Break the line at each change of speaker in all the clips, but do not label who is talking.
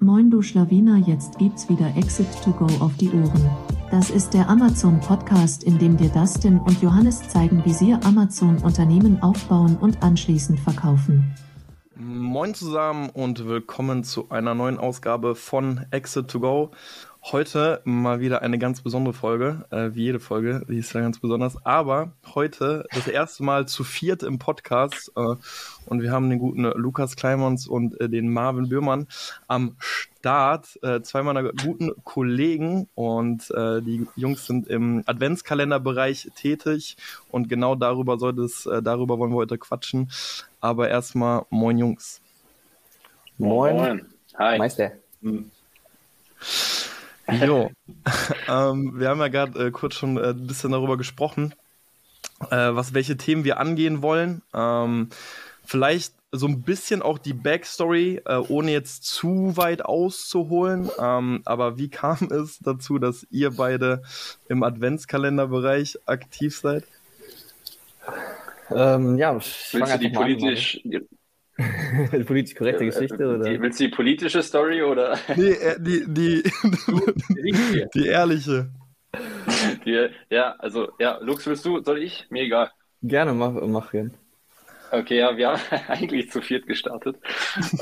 Moin du Schlawiner, jetzt gibt's wieder Exit to Go auf die Ohren. Das ist der Amazon Podcast, in dem dir Dustin und Johannes zeigen, wie sie ihr Amazon Unternehmen aufbauen und anschließend verkaufen.
Moin zusammen und willkommen zu einer neuen Ausgabe von Exit to Go. Heute mal wieder eine ganz besondere Folge, äh, wie jede Folge, die ist ja ganz besonders. Aber heute das erste Mal zu viert im Podcast äh, und wir haben den guten Lukas Kleimons und äh, den Marvin Bührmann am Start. Äh, zwei meiner guten Kollegen und äh, die Jungs sind im Adventskalenderbereich tätig und genau darüber sollte es, äh, darüber wollen wir heute quatschen. Aber erstmal moin Jungs.
Moin.
Hi. Hm,
Meister.
Jo, ähm, wir haben ja gerade äh, kurz schon äh, ein bisschen darüber gesprochen, äh, was, welche Themen wir angehen wollen. Ähm, vielleicht so ein bisschen auch die Backstory, äh, ohne jetzt zu weit auszuholen. Ähm, aber wie kam es dazu, dass ihr beide im Adventskalenderbereich aktiv seid?
Ähm, ja, ich fang
Willst du die
einfach mal an,
politisch, die,
Marvin. politisch korrekte Geschichte oder?
Die, willst du die politische Story oder
Nee, äh, die, die, die ehrliche.
die, ja, also ja, Lux, willst du, soll ich? Mir egal.
Gerne, mach, mach hin.
Okay, ja, wir haben eigentlich zu viert gestartet.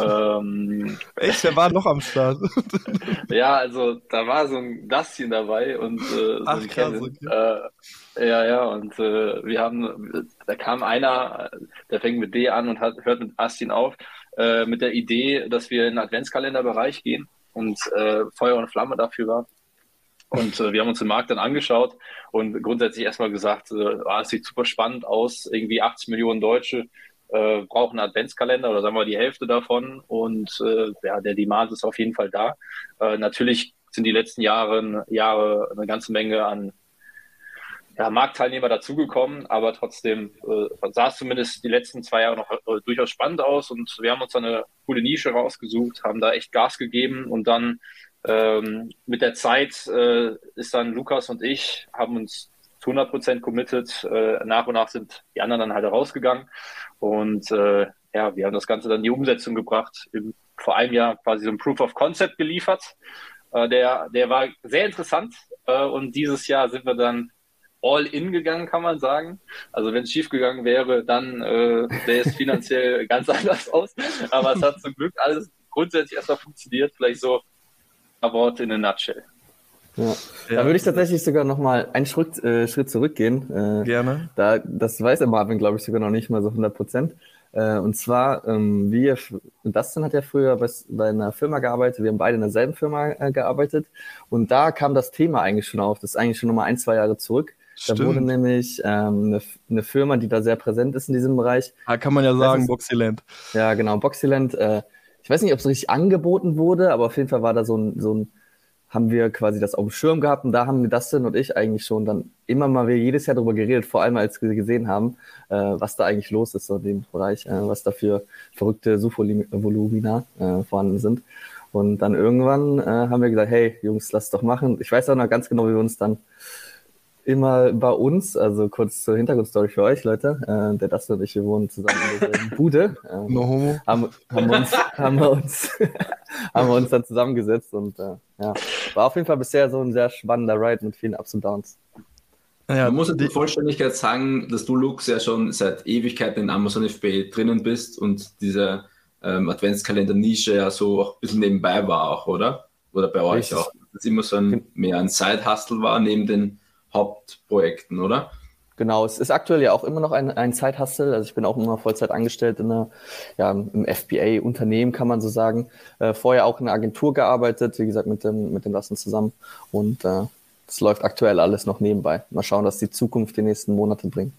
ähm,
Echt, der war noch am Start.
ja, also da war so ein Dastien dabei und äh, so
Ach,
ein
krass,
Kevin. Äh, ja, ja, und äh, wir haben, da kam einer, der fängt mit D an und hat, hört mit Astin auf, äh, mit der Idee, dass wir in den Adventskalenderbereich gehen und äh, Feuer und Flamme dafür war. Und äh, wir haben uns den Markt dann angeschaut und grundsätzlich erstmal gesagt, äh, ah, es sieht super spannend aus, irgendwie 80 Millionen Deutsche äh, brauchen einen Adventskalender oder sagen wir die Hälfte davon und äh, ja, der Demand ist auf jeden Fall da. Äh, natürlich sind die letzten Jahre, Jahre eine ganze Menge an ja, Marktteilnehmer dazugekommen, aber trotzdem äh, sah es zumindest die letzten zwei Jahre noch äh, durchaus spannend aus und wir haben uns da eine coole Nische rausgesucht, haben da echt Gas gegeben und dann ähm, mit der Zeit äh, ist dann Lukas und ich haben uns zu 100% committed. Äh, nach und nach sind die anderen dann halt rausgegangen und äh, ja, wir haben das Ganze dann in die Umsetzung gebracht. Im, vor einem Jahr quasi so ein Proof of Concept geliefert. Äh, der, der war sehr interessant äh, und dieses Jahr sind wir dann all in gegangen, kann man sagen. Also wenn es schief gegangen wäre, dann äh, sähe es finanziell ganz anders aus. Aber es hat zum Glück alles grundsätzlich erstmal funktioniert. Vielleicht so ein Wort in a nutshell.
Ja.
Ja.
Da würde ich tatsächlich sogar nochmal einen Schritt, äh, Schritt zurückgehen. Äh,
Gerne.
Da, das weiß der Marvin, glaube ich, sogar noch nicht mal so 100 Prozent. Äh, und zwar, ähm, wir, Dustin hat ja früher bei, bei einer Firma gearbeitet, wir haben beide in derselben Firma äh, gearbeitet. Und da kam das Thema eigentlich schon auf, das ist eigentlich schon nochmal ein, zwei Jahre zurück. Da wurde
Stimmt.
nämlich ähm, eine, eine Firma, die da sehr präsent ist in diesem Bereich,
Da Ah, kann man ja sagen,
ist-
Boxyland.
Ja, genau. Boxyland, äh, ich weiß nicht, ob es richtig angeboten wurde, aber auf jeden Fall war da so ein, so ein, haben wir quasi das auf dem Schirm gehabt und da haben Dustin und ich eigentlich schon dann immer mal wieder jedes Jahr drüber geredet, vor allem als wir gesehen haben, äh, was da eigentlich los ist so in dem Bereich, äh, was da für verrückte Suchvolumina äh, vorhanden sind. Und dann irgendwann äh, haben wir gesagt, hey Jungs, lasst doch machen. Ich weiß auch noch ganz genau, wie wir uns dann immer bei uns, also kurz zur Hintergrundstory für euch, Leute, äh, der Dustin und ich, wir wohnen zusammen in derselben Bude. ähm,
No homo.
haben, haben, wir uns, haben, wir uns, haben wir uns dann zusammengesetzt und äh, ja, war auf jeden Fall bisher so ein sehr spannender Ride mit vielen Ups und Downs.
Ja,
Man muss in
die-
der Vollständigkeit sagen, dass du, Lux, ja schon seit Ewigkeiten in Amazon FBA drinnen bist und diese ähm, Adventskalender-Nische ja so auch ein bisschen nebenbei war auch, oder? Oder bei euch
Richtig.
auch. Dass es immer so ein, mehr ein Side-Hustle war neben den Hauptprojekten, oder?
Genau, es ist aktuell ja auch immer noch ein, ein Zeithustle. Also ich bin auch immer Vollzeit angestellt in einer, ja, im FBA-Unternehmen, kann man so sagen. Äh, vorher auch in einer Agentur gearbeitet, wie gesagt, mit dem, mit dem Lassen zusammen. Und äh, das läuft aktuell alles noch nebenbei. Mal schauen, was die Zukunft die nächsten Monate bringt.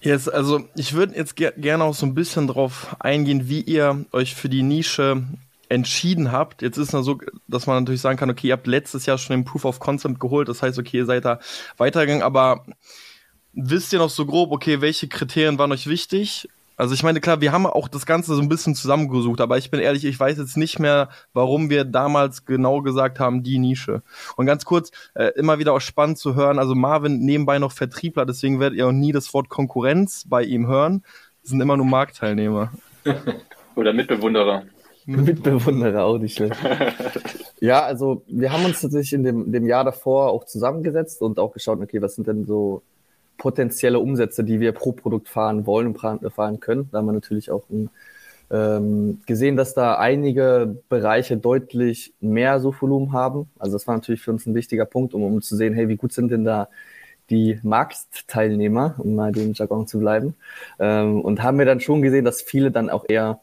Yes, also ich würde jetzt ge gerne auch so ein bisschen drauf eingehen, wie ihr euch für die Nische entschieden habt. Jetzt ist es so, dass man natürlich sagen kann, okay, ihr habt letztes Jahr schon den Proof of Concept geholt, das heißt, okay, ihr seid da weitergegangen, aber wisst ihr noch so grob, okay, welche Kriterien waren euch wichtig? Also ich meine, klar, wir haben auch das Ganze so ein bisschen zusammengesucht, aber ich bin ehrlich, ich weiß jetzt nicht mehr, warum wir damals genau gesagt haben, die Nische. Und ganz kurz, äh, immer wieder auch spannend zu hören, also Marvin nebenbei noch Vertriebler, deswegen werdet ihr auch nie das Wort Konkurrenz bei ihm hören. Es sind immer nur Marktteilnehmer.
Oder Mitbewunderer.
Mitbewunderer, auch nicht schlecht. ja, also wir haben uns tatsächlich in dem, dem Jahr davor auch zusammengesetzt und auch geschaut, okay, was sind denn so potenzielle Umsätze, die wir pro Produkt fahren wollen und pra- äh, fahren können. Da haben wir natürlich auch ein, ähm, gesehen, dass da einige Bereiche deutlich mehr Suchvolumen haben. Also das war natürlich für uns ein wichtiger Punkt, um, um zu sehen, hey, wie gut sind denn da die Marktteilnehmer, um mal dem Jargon zu bleiben. Ähm, und haben wir dann schon gesehen, dass viele dann auch eher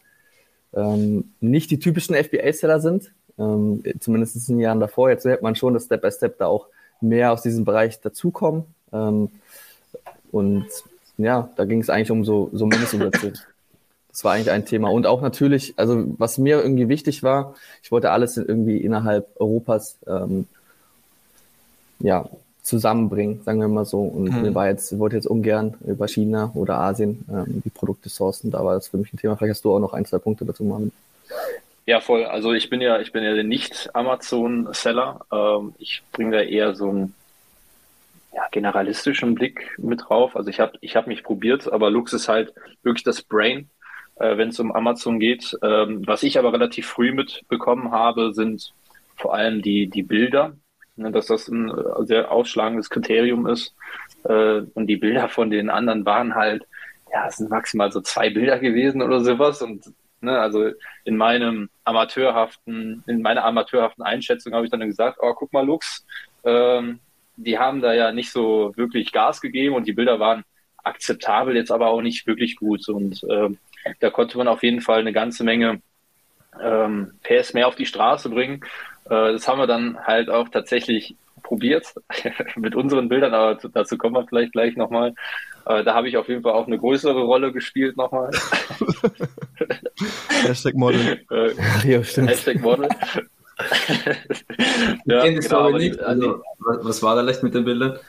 ähm, nicht die typischen FBA-Seller sind, ähm, zumindest in den Jahren davor. Jetzt merkt man schon, dass Step by Step da auch mehr aus diesem Bereich dazukommen. Ähm, und ja, da ging es eigentlich um so, so Mindestumsätze. Das war eigentlich ein Thema. Und auch natürlich, also was mir irgendwie wichtig war, ich wollte alles in- irgendwie innerhalb Europas ähm, ja, zusammenbringen, sagen wir mal so. Und
Mhm.
mir war jetzt, wollte jetzt ungern über China oder Asien ähm, die Produkte sourcen. Da war das für mich ein Thema. Vielleicht hast du auch noch ein, zwei Punkte dazu machen.
Ja, voll. Also ich bin ja, ich bin ja der Nicht-Amazon-Seller. Ähm, ich bringe da eher so einen ja, generalistischen Blick mit drauf. Also ich habe ich hab mich probiert, aber Lux ist halt wirklich das Brain, äh, wenn es um Amazon geht. Ähm, was ich aber relativ früh mitbekommen habe, sind vor allem die, die Bilder. Ne, dass das ein äh, sehr ausschlagendes Kriterium ist. Äh, und die Bilder von den anderen waren halt, ja, es sind maximal so zwei Bilder gewesen oder sowas. Und ne, also in meinem amateurhaften, in meiner amateurhaften Einschätzung habe ich dann gesagt, oh, guck mal, Lux, ähm, die haben da ja nicht so wirklich Gas gegeben und die Bilder waren akzeptabel, jetzt aber auch nicht wirklich gut. Und ähm, da konnte man auf jeden Fall eine ganze Menge ähm, PS mehr auf die Straße bringen. Äh, das haben wir dann halt auch tatsächlich probiert mit unseren Bildern, aber dazu kommen wir vielleicht gleich nochmal. Äh, da habe ich auf jeden Fall auch eine größere Rolle gespielt nochmal.
Hashtag Modeling.
äh,
Ach ja, stimmt.
Hashtag Model.
Ich kenne das
genau,
aber
aber die-
nicht. Also, was, was war da leicht mit den Bildern?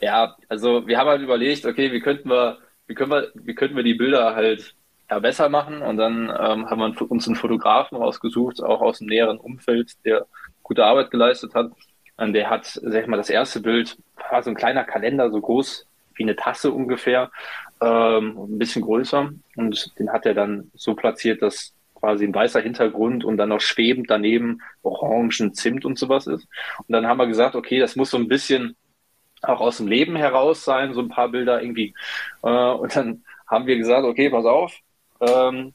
ja, also wir haben halt überlegt, okay, wie könnten wir, wie können wir, wie könnten wir die Bilder halt ja, besser machen? Und dann ähm, haben wir einen- uns einen Fotografen rausgesucht, auch aus dem näheren Umfeld, der gute Arbeit geleistet hat. Und der hat, sag ich mal, das erste Bild war so ein kleiner Kalender, so groß wie eine Tasse ungefähr, ähm, ein bisschen größer. Und den hat er dann so platziert, dass quasi ein weißer Hintergrund und dann noch schwebend daneben orangen Zimt und sowas ist. Und dann haben wir gesagt, okay, das muss so ein bisschen auch aus dem Leben heraus sein, so ein paar Bilder irgendwie. Äh, und dann haben wir gesagt, okay, pass auf, ähm,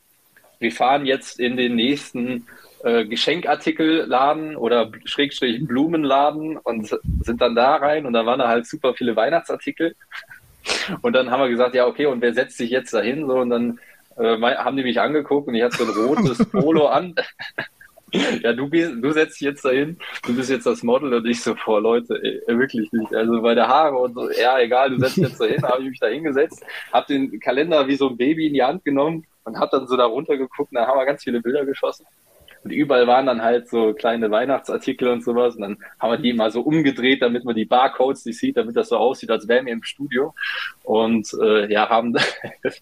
wir fahren jetzt in den nächsten äh, Geschenkartikelladen oder Schrägstrich Blumenladen und sind dann da rein und dann waren da halt super viele Weihnachtsartikel. Und dann haben wir gesagt, ja, okay, und wer setzt sich jetzt dahin? So, und dann äh, mei- haben die mich angeguckt und ich hatte so ein rotes Polo an. ja, du, bist, du setzt dich jetzt dahin, du bist jetzt das Model und ich so, boah, Leute, ey, wirklich nicht. Also bei der Haare und so, ja, egal, du setzt dich jetzt dahin, habe ich mich da hingesetzt, habe den Kalender wie so ein Baby in die Hand genommen und habe dann so da runter geguckt und da haben wir ganz viele Bilder geschossen. Und überall waren dann halt so kleine Weihnachtsartikel und sowas. Und dann haben wir die immer so umgedreht, damit man die Barcodes nicht sieht, damit das so aussieht, als wären wir im Studio. Und äh, ja, haben,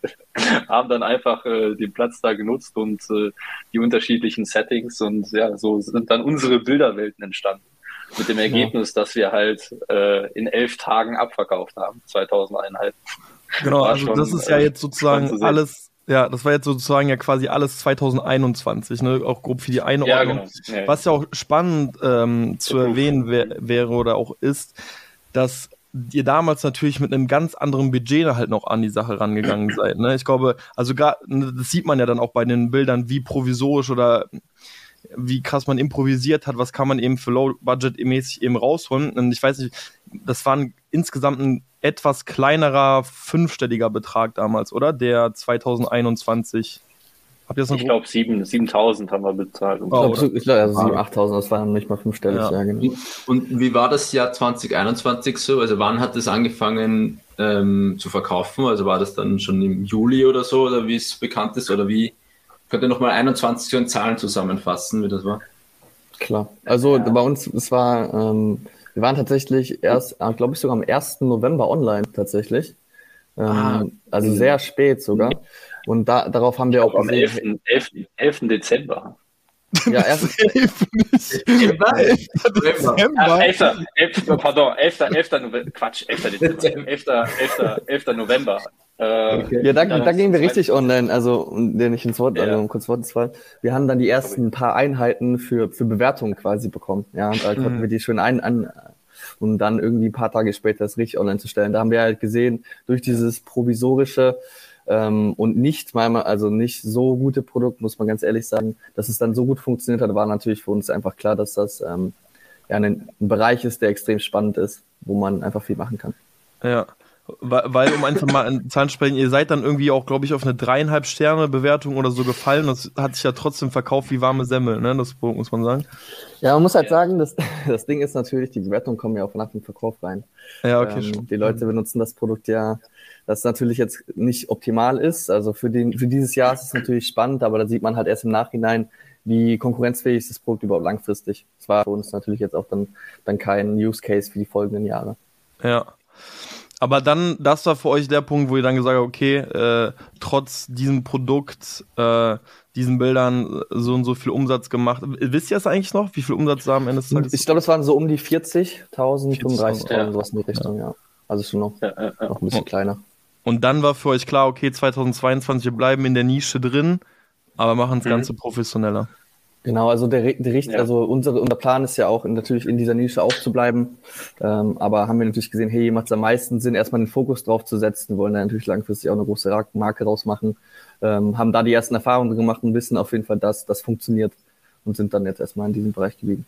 haben dann einfach äh, den Platz da genutzt und äh, die unterschiedlichen Settings. Und ja, so sind dann unsere Bilderwelten entstanden. Mit dem Ergebnis, dass wir halt äh, in elf Tagen abverkauft haben, 2000 Einheiten.
Genau,
War
also
schon,
das ist ja
äh,
jetzt
spannend zu
sozusagen
sehen.
alles, ja, das war jetzt sozusagen ja quasi alles 2021, ne? Auch grob für die Einordnung.
Ja, genau. Ja.
Was ja auch spannend ähm, zu erwähnen wär, wäre oder auch ist, dass ihr damals natürlich mit einem ganz anderen Budget halt noch an die Sache rangegangen seid. Ne? Ich glaube, also gar, ne, das sieht man ja dann auch bei den Bildern, wie provisorisch oder wie krass man improvisiert hat, was kann man eben für Low-Budget-mäßig eben rausholen. Und ich weiß nicht, das war ein, insgesamt ein etwas kleinerer fünfstelliger Betrag damals, oder? Der 2021. Habt ihr das noch
Ich glaube, 7000 haben wir bezahlt.
Oh,
Absolut, ich glaube, also 7.000, 8.000, das waren nicht mal fünfstellig.
Ja.
Ja. genau.
Und wie war das Jahr 2021 so? Also wann hat es angefangen ähm, zu verkaufen? Also war das dann schon im Juli oder so oder wie es bekannt ist oder wie? Könnt ihr nochmal 21 so in Zahlen zusammenfassen, wie das war?
Klar. Also
Ja.
bei uns, es war, ähm, wir waren tatsächlich erst, glaube ich, sogar am 1. November online tatsächlich. Ähm,
Ah.
also sehr spät sogar. Und da, darauf haben wir auch
Am
gesehen,
11. 11. 11. Dezember.
Ja, erst,
Safe nicht.
Dezember?
11.
Dezember.
Ah,
Dezember.
11. 11. Pardon, 11. 11. November. Quatsch, 11. Dezember. 11. 11. 11. November. Äh,
Okay.
ja, da,
Ja,
da gehen wir
das-
richtig online, also um dir nicht ins Wort,
Ja.
also um kurz Wort ins Fallen. Wir haben dann die ersten paar Einheiten für, für Bewertungen quasi bekommen. Ja, und da konnten
Mhm.
wir die schön ein, an, um dann irgendwie ein paar Tage später das richtig online zu stellen. Da haben wir halt gesehen, durch dieses provisorische ähm, und nicht manchmal, also nicht so gute Produkt, muss man ganz ehrlich sagen, dass es dann so gut funktioniert hat, war natürlich für uns einfach klar, dass das ähm, ja, ein, ein Bereich ist, der extrem spannend ist, wo man einfach viel machen kann.
Ja. Weil, weil, um einfach mal in Zahlen zu sprechen, ihr seid dann irgendwie auch, glaube ich, auf eine dreieinhalb Sterne Bewertung oder so gefallen. Das hat sich ja trotzdem verkauft wie warme Semmel, ne? Das Produkt muss man sagen.
Ja, man muss halt
Ja.
sagen, das, das Ding ist natürlich, die Bewertungen kommen ja auch nach dem Verkauf rein.
Ja, okay.
ähm,
schon.
die Leute benutzen das Produkt ja, das natürlich jetzt nicht optimal ist. Also für, den, für dieses Jahr ist es natürlich spannend, aber da sieht man halt erst im Nachhinein, wie konkurrenzfähig ist das Produkt überhaupt langfristig. Das war für uns natürlich jetzt auch dann, dann kein Use Case für die folgenden Jahre.
Ja. Aber dann, das war für euch der Punkt, wo ihr dann gesagt habt, okay, äh, trotz diesem Produkt, äh, diesen Bildern äh, so und so viel Umsatz gemacht. Wisst ihr das eigentlich noch? Wie viel Umsatz da am Ende des Tages?
Ich glaube, es waren so um die 40.000, 35.000,
ja.
sowas in die Richtung, ja. Also schon noch,
ja, ja, ja.
noch ein bisschen kleiner.
Und dann war für euch klar, okay, 2022, wir bleiben in der Nische drin, aber machen das
Mhm.
Ganze professioneller.
Genau, also der, Re- der Richt,
Ja.
also unsere, unser Plan ist ja auch in, natürlich in dieser Nische auch zu bleiben. Ähm, aber haben wir natürlich gesehen, hey, macht es am meisten Sinn, erstmal den Fokus drauf zu setzen, wollen da natürlich langfristig auch eine große Ra- Marke draus machen. Ähm, haben da die ersten Erfahrungen gemacht und wissen auf jeden Fall, dass das funktioniert und sind dann jetzt erstmal in diesem Bereich geblieben.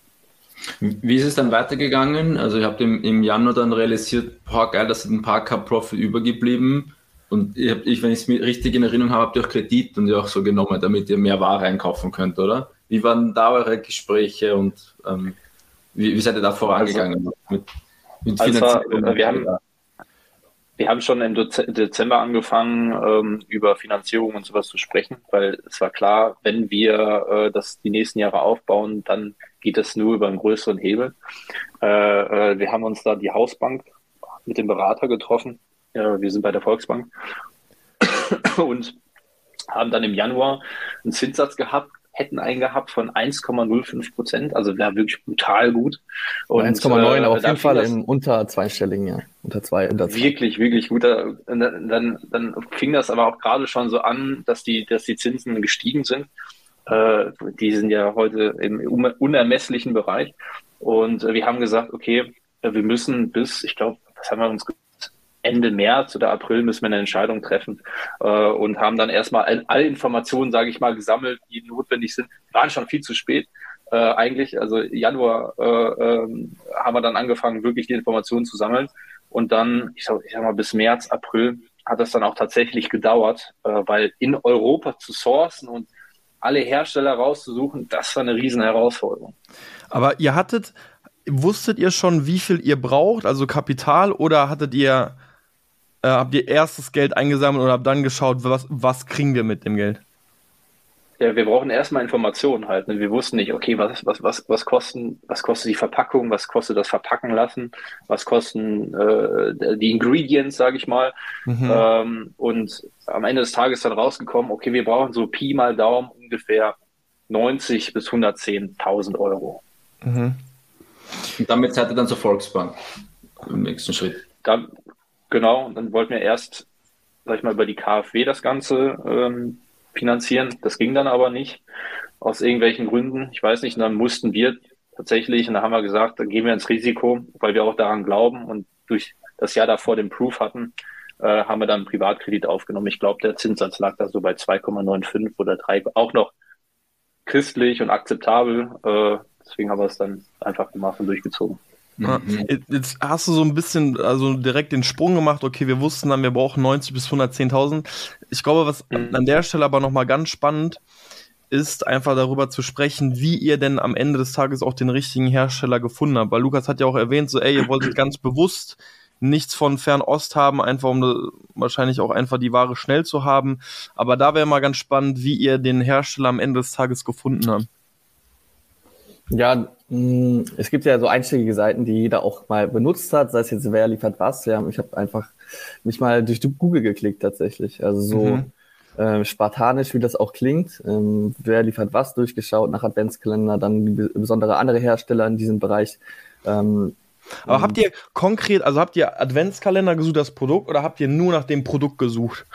Wie ist es dann weitergegangen? Also ihr habt im, im Januar dann realisiert, boah geil, da sind ein paar K-Profit übergeblieben. Und ihr habt, ich, wenn ich es mir richtig in Erinnerung habe, habt ihr auch Kredit und ihr auch so genommen, damit ihr mehr Ware einkaufen könnt, oder? Wie waren da eure Gespräche und ähm, wie, wie seid ihr da vorangegangen? mit, mit
Also es war-
Finanzierung?
wir haben- Wir haben schon im Dez- Dezember angefangen, ähm, über Finanzierung und sowas zu sprechen, weil es war klar, wenn wir äh, das die nächsten Jahre aufbauen, dann geht es nur über einen größeren Hebel. Äh, äh, wir haben uns da die Hausbank mit dem Berater getroffen. Ja, wir sind bei der Volksbank und haben dann im Januar einen Zinssatz gehabt, hätten einen gehabt von 1,05 Prozent. Also wäre wirklich brutal gut. Und,
1,9,
äh,
aber auf
da
jeden
fiel
Fall
das-
im unter zweistelligen, ja. Unter zwei, unter zwei.
wirklich, wirklich gut. Da- Dann, dann, dann fing das aber auch gerade schon so an, dass die, dass die Zinsen gestiegen sind. Äh, die sind ja heute im uner- unermesslichen Bereich. Und äh, wir haben gesagt, okay, äh, wir müssen bis, ich glaube, was haben wir uns gesagt? Ende März oder April müssen wir eine Entscheidung treffen äh, und haben dann erstmal all- alle Informationen, sage ich mal, gesammelt, die notwendig sind. Wir waren schon viel zu spät äh, eigentlich. Also Januar äh, ähm, haben wir dann angefangen, wirklich die Informationen zu sammeln. Und dann, ich sag, ich sag mal, bis März, April hat das dann auch tatsächlich gedauert, äh, weil in Europa zu sourcen und alle Hersteller rauszusuchen, das war eine riesen Herausforderung.
Aber ihr hattet, wusstet ihr schon, wie viel ihr braucht, also Kapital, oder hattet ihr, äh, habt ihr erstes Geld eingesammelt oder habt dann geschaut, was, was kriegen wir mit dem Geld?
Ja, wir brauchen erstmal Informationen halt. Ne? Wir wussten nicht, okay, was, was, was, was, kosten, was kostet die Verpackung, was kostet das Verpacken lassen, was kosten äh, die Ingredients, sage ich mal.
Mhm.
Ähm, und am Ende des Tages dann rausgekommen, okay, wir brauchen so Pi mal Daumen ungefähr 90 bis 110.000 Euro.
Mhm.
Und damit seid ihr dann zur Volksbank im nächsten Schritt.
dann, genau, und dann wollten wir erst, sag ich mal, über die KfW das Ganze ähm, finanzieren. Das ging dann aber nicht, aus irgendwelchen Gründen. Ich weiß nicht, und dann mussten wir tatsächlich, und da haben wir gesagt, dann gehen wir ins Risiko, weil wir auch daran glauben und durch das Jahr davor den Proof hatten, äh, haben wir dann einen Privatkredit aufgenommen. Ich glaube, der Zinssatz lag da so bei 2,95 oder 3, auch noch christlich und akzeptabel. Äh, deswegen haben wir es dann einfach gemacht und durchgezogen.
Ja.
Mhm.
Jetzt hast du so ein bisschen, also direkt den Sprung gemacht, okay, wir wussten dann, wir brauchen 90 bis 110.000. Ich glaube, was
Mhm.
an der Stelle aber nochmal ganz spannend ist, einfach darüber zu sprechen, wie ihr denn am Ende des Tages auch den richtigen Hersteller gefunden habt. Weil Lukas hat ja auch erwähnt, so, ey, ihr wolltet ganz bewusst nichts von Fernost haben, einfach um äh, wahrscheinlich auch einfach die Ware schnell zu haben. Aber da wäre mal ganz spannend, wie ihr den Hersteller am Ende des Tages gefunden habt.
Ja, mh, es gibt ja so einschlägige Seiten, die jeder auch mal benutzt hat, sei es jetzt wer liefert was. Ja, ich habe einfach mich mal durch Google geklickt tatsächlich. Also so
Mhm.
äh, spartanisch, wie das auch klingt. Ähm, wer liefert was durchgeschaut nach Adventskalender, dann besondere andere Hersteller in diesem Bereich. Ähm,
Aber habt ihr konkret, also habt ihr Adventskalender gesucht, das Produkt, oder habt ihr nur nach dem Produkt gesucht?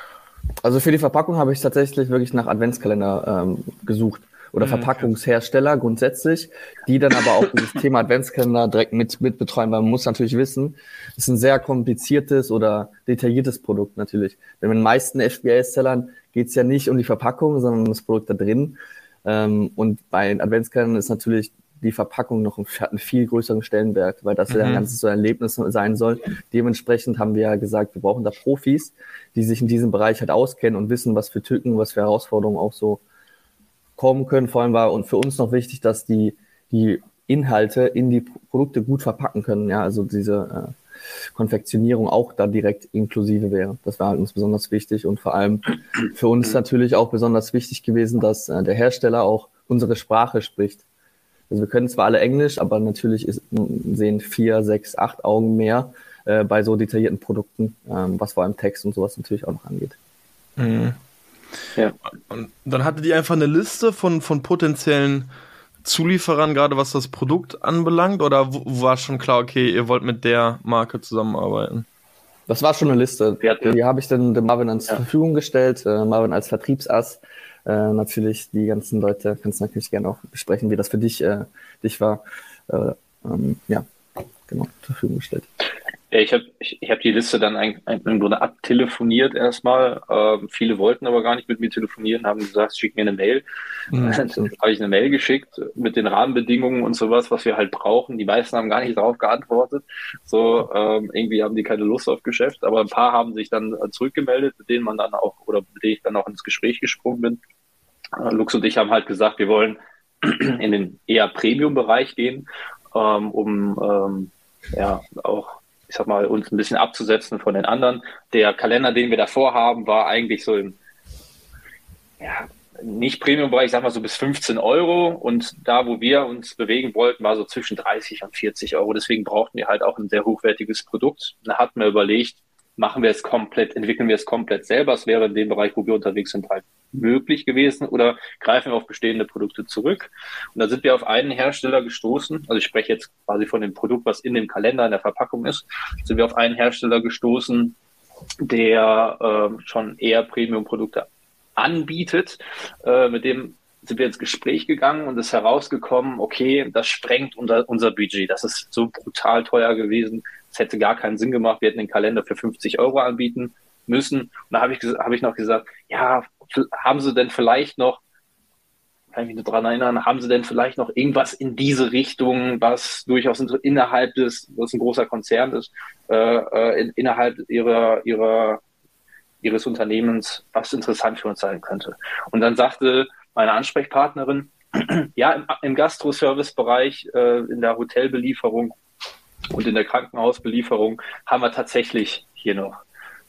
also für die Verpackung habe ich tatsächlich wirklich nach Adventskalender ähm, gesucht. Oder Verpackungshersteller grundsätzlich, die dann aber auch dieses Thema Adventskalender direkt mit, mit betreuen, weil man muss natürlich wissen, es ist ein sehr kompliziertes oder detailliertes Produkt natürlich. Denn mit den meisten FBA-Sellern geht es ja nicht um die Verpackung, sondern um das Produkt da drin. Ähm, und bei den Adventskalendern ist natürlich die Verpackung noch ein, hat einen viel größeren Stellenwert, weil das ja ein ganzes so ein Erlebnis sein soll. Dementsprechend haben wir ja gesagt, wir brauchen da Profis, die sich in diesem Bereich halt auskennen und wissen, was für Tücken, was für Herausforderungen auch so kommen können. Vor allem war und für uns noch wichtig, dass die, die Inhalte in die Pro- Produkte gut verpacken können. Ja, also diese äh, Konfektionierung auch da direkt inklusive wäre. Das war halt uns besonders wichtig und vor allem für
Mhm.
uns natürlich auch besonders wichtig gewesen, dass äh, der Hersteller auch unsere Sprache spricht. Also wir können zwar alle Englisch, aber natürlich ist, m- sehen vier, sechs, acht Augen mehr äh, bei so detaillierten Produkten, ähm, was vor allem Text und sowas natürlich auch noch angeht.
Ja.
Und dann hattet ihr einfach eine Liste von, von potenziellen Zulieferern, gerade was das Produkt anbelangt, oder w- war schon klar, okay, ihr wollt mit der Marke zusammenarbeiten?
Das war schon eine Liste.
Wir hatten-
Die habe ich dann dem Marvin ans
Ja.
Verfügung gestellt. Äh, Marvin als Vertriebsass. Äh, natürlich die ganzen Leute kannst du natürlich gerne auch besprechen, wie das für dich, äh, dich war. Äh, ähm, ja, genau, zur Verfügung gestellt.
Ja, Äh, ich habe ich, ich hab die Liste dann ein, ein, im Grunde abtelefoniert erstmal. Ähm, viele wollten aber gar nicht mit mir telefonieren, haben gesagt, schick mir eine Mail. Dann habe ich eine Mail geschickt mit den Rahmenbedingungen und sowas, was wir halt brauchen. Die meisten haben gar nicht darauf geantwortet. So, ähm, irgendwie haben die keine Lust auf Geschäft, aber ein paar haben sich dann äh, zurückgemeldet, mit denen man dann auch, oder mit denen ich dann auch ins Gespräch gesprungen bin. Äh, Lux und ich haben halt gesagt, wir wollen in den eher Premium-Bereich gehen, ähm, um ähm, ja auch, ich sag mal, uns ein bisschen abzusetzen von den anderen. Der Kalender, den wir davor haben, war eigentlich so im ja, nicht Premium-Bereich, ich sag mal so bis 15 Euro. Und da, wo wir uns bewegen wollten, war so zwischen 30 und 40 Euro. Deswegen brauchten wir halt auch ein sehr hochwertiges Produkt. Da hatten wir überlegt, machen wir es komplett, entwickeln wir es komplett selber. Es wäre in dem Bereich, wo wir unterwegs sind, halt möglich gewesen. Oder greifen wir auf bestehende Produkte zurück. Und da sind wir auf einen Hersteller gestoßen. Also ich spreche jetzt quasi von dem Produkt, was in dem Kalender, in der Verpackung ist. Sind wir auf einen Hersteller gestoßen, der ähm, schon eher Premium-Produkte anbietet. Äh, mit dem sind wir ins Gespräch gegangen und ist herausgekommen, okay, das sprengt unser, unser Budget. Das ist so brutal teuer gewesen. Es hätte gar keinen Sinn gemacht. Wir hätten den Kalender für 50 Euro anbieten müssen. Und da habe ich, ges- habe ich noch gesagt, ja, f- haben Sie denn vielleicht noch, kann ich mich daran erinnern, haben Sie denn vielleicht noch irgendwas in diese Richtung, was durchaus in- innerhalb des, was ein großer Konzern ist, äh, äh, in, innerhalb Ihrer, Ihrer, Ihres Unternehmens, was interessant für uns sein könnte? Und dann sagte meine Ansprechpartnerin, ja, im, im Gastroservice-Bereich, äh, in der Hotelbelieferung und in der Krankenhausbelieferung haben wir tatsächlich hier noch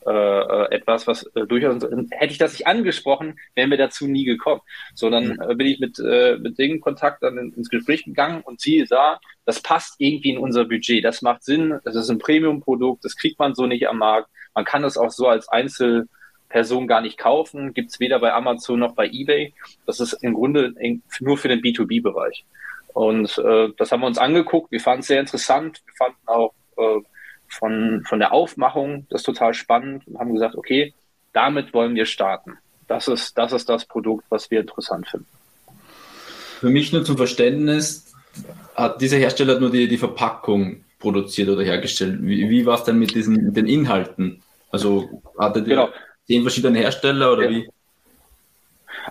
äh, äh, etwas, was äh, durchaus, hätte ich das nicht angesprochen, wären wir dazu nie gekommen. So, dann äh, bin ich mit, äh, mit Dingen Kontakt dann in, ins Gespräch gegangen und sie sah, das passt irgendwie in unser Budget, das macht Sinn, das ist ein Premium-Produkt, das kriegt man so nicht am Markt, man kann das auch so als Einzel Person gar nicht kaufen, gibt's weder bei Amazon noch bei eBay. Das ist im Grunde eng- nur für den B2B-Bereich. Und äh, das haben wir uns angeguckt. Wir fanden es sehr interessant. Wir fanden auch äh, von, von der Aufmachung das total spannend und haben gesagt, okay, damit wollen wir starten. Das ist, das ist das Produkt, was wir interessant finden.
Für mich nur zum Verständnis, hat dieser Hersteller hat nur die, die Verpackung produziert oder hergestellt. Wie, wie war es denn mit diesen mit den Inhalten? Also hattet ihr
Genau.
zehn verschiedene Hersteller oder
Ja.
wie?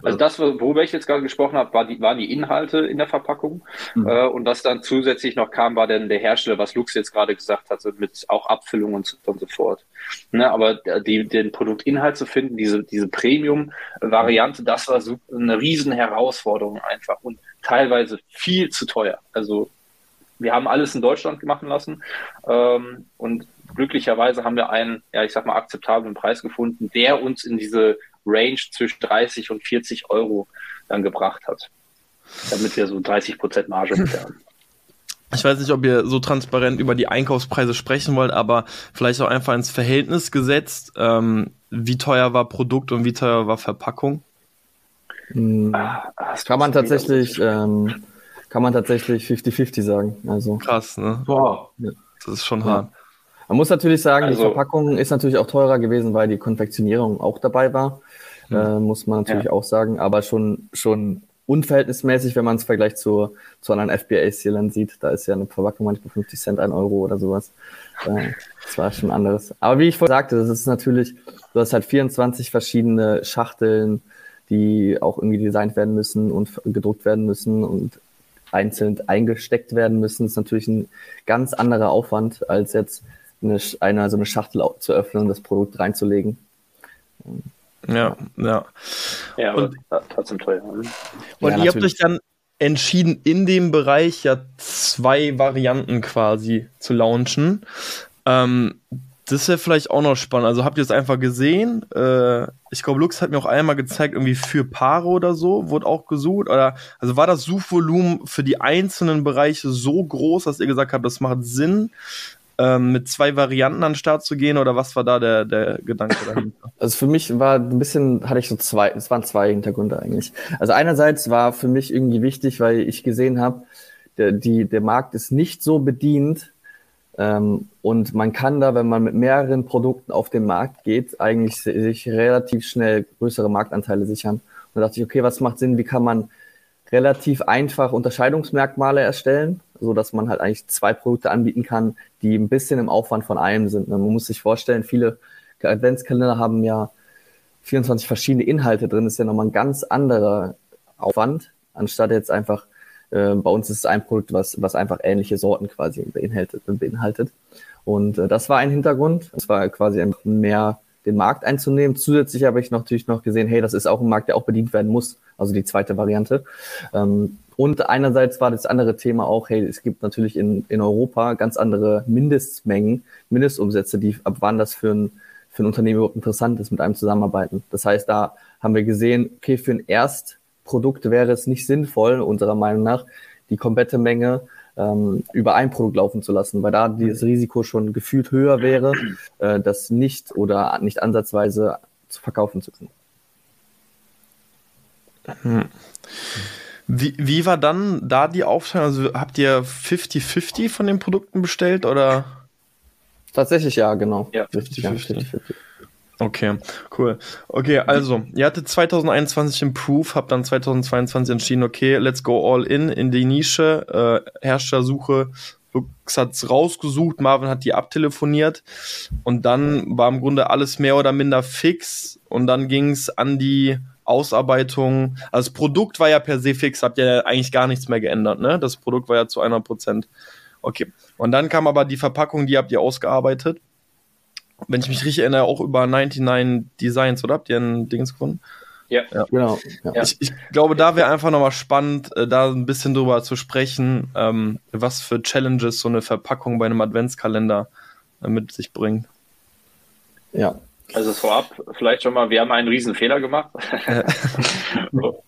Also das, worüber ich jetzt gerade gesprochen habe, war die, waren die Inhalte in der Verpackung.
Mhm.
Äh, und was dann zusätzlich noch kam, war dann der Hersteller, was Lux jetzt gerade gesagt hatte, mit auch Abfüllung und so, und so fort. Ne, aber der- die, den Produktinhalt zu finden, diese, diese Premium-Variante, das war so eine riesen Herausforderung einfach und teilweise viel zu teuer. Also wir haben alles in Deutschland machen lassen ähm, und glücklicherweise haben wir einen, ja ich sag mal, akzeptablen Preis gefunden, der uns in diese Range zwischen 30 und 40 Euro dann gebracht hat. Damit wir so 30 Prozent Marge mit haben.
Ich weiß nicht, ob ihr so transparent über die Einkaufspreise sprechen wollt, aber vielleicht auch einfach ins Verhältnis gesetzt, ähm, wie teuer war Produkt und wie teuer war Verpackung.
Hm,
Ah, das
kann man
ist wieder-
tatsächlich, ähm, kann man tatsächlich 50-50 sagen. Also
Krass, ne?
Boah.
Das ist schon
Ja.
hart.
man muss natürlich sagen,
Also-
die Verpackung ist natürlich auch teurer gewesen, weil die Konfektionierung auch dabei war.
Hm.
Äh, muss man natürlich auch sagen, aber schon, schon unverhältnismäßig, wenn man es im Vergleich zu, zu anderen FBA-Sealern sieht. Da ist ja eine Verpackung manchmal 50 Cent, 1 Euro oder sowas. Äh, das war schon anderes. Aber wie ich vorhin sagte, das ist natürlich, du hast halt 24 verschiedene Schachteln, die auch irgendwie designt werden müssen und f- gedruckt werden müssen und einzeln eingesteckt werden müssen. Das ist natürlich ein ganz anderer Aufwand, als jetzt eine, Sch- eine, so eine Schachtel au- zu öffnen und das Produkt reinzulegen.
Ja, ja.
äh,
Ja, aber
Und-
ta- trotzdem teuer. ne?
Und
Ja,
ihr habt
natürlich.
euch dann entschieden, in dem Bereich ja zwei Varianten quasi zu launchen. Ähm, das wäre vielleicht auch noch spannend. Also habt ihr es einfach gesehen? Äh, ich glaube, Lux hat mir auch einmal gezeigt, irgendwie für Paare oder so wurde auch gesucht. Oder, also war das Suchvolumen für die einzelnen Bereiche so groß, dass ihr gesagt habt, das macht Sinn, ähm, mit zwei Varianten an den Start zu gehen? Oder was war da der, der Gedanke dahinter?
Also für mich war ein bisschen, hatte ich so zwei, es waren zwei Hintergründe eigentlich. Also einerseits war für mich irgendwie wichtig, weil ich gesehen habe, der, die, der Markt ist nicht so bedient ähm, und man kann da, wenn man mit mehreren Produkten auf den Markt geht, eigentlich se- sich relativ schnell größere Marktanteile sichern. Und da dachte ich, okay, was macht Sinn, wie kann man relativ einfach Unterscheidungsmerkmale erstellen, so dass man halt eigentlich zwei Produkte anbieten kann, die ein bisschen im Aufwand von einem sind. ne? Man muss sich vorstellen, viele Adventskalender haben ja 24 verschiedene Inhalte drin, ist ja nochmal ein ganz anderer Aufwand, anstatt jetzt einfach, äh, bei uns ist es ein Produkt, was, was einfach ähnliche Sorten quasi beinhaltet. beinhaltet. Und äh, das war ein Hintergrund. Es war quasi einfach mehr den Markt einzunehmen. Zusätzlich habe ich noch- natürlich noch gesehen, hey, das ist auch ein Markt, der auch bedient werden muss. Also die zweite Variante. Ähm, und einerseits war das andere Thema auch, hey, es gibt natürlich in, in Europa ganz andere Mindestmengen, Mindestumsätze, die ab wann das für ein, für ein Unternehmen überhaupt interessant ist, mit einem zusammenarbeiten. Das heißt, da haben wir gesehen, okay, für ein Erstprodukt wäre es nicht sinnvoll, unserer Meinung nach, die komplette Menge ähm, über ein Produkt laufen zu lassen, weil da dieses Risiko schon gefühlt höher wäre, äh, das nicht oder nicht ansatzweise zu verkaufen zu können.
Wie, wie war dann da die Aufteilung? Also habt ihr 50-50 von den Produkten bestellt oder?
Tatsächlich ja, genau.
Ja,
Richtig, ja,
50-50.
50-50.
Okay, cool. Okay, also, ihr hattet 2021 im Proof, habt dann 2022 entschieden, okay, let's go all in, in die Nische, äh, Herstellersuche, Lux hat's rausgesucht, Marvin hat die abtelefoniert und dann war im Grunde alles mehr oder minder fix und dann ging's an die Ausarbeitung. Also das Produkt war ja per se fix, habt ihr ja eigentlich gar nichts mehr geändert, ne? Das Produkt war ja zu 100%. Okay, und dann kam aber die Verpackung, die habt ihr ausgearbeitet wenn ich mich richtig erinnere, auch über 99 Designs, oder? Habt ihr ein Dings gefunden?
Genau. Ja.
Ja.
Ich, ich glaube, da wäre einfach nochmal spannend, äh, da ein bisschen drüber zu sprechen, ähm, was für Challenges so eine Verpackung bei einem Adventskalender äh, mit sich bringt.
ja.
Also vorab, vielleicht schon mal, wir haben einen riesen Fehler gemacht.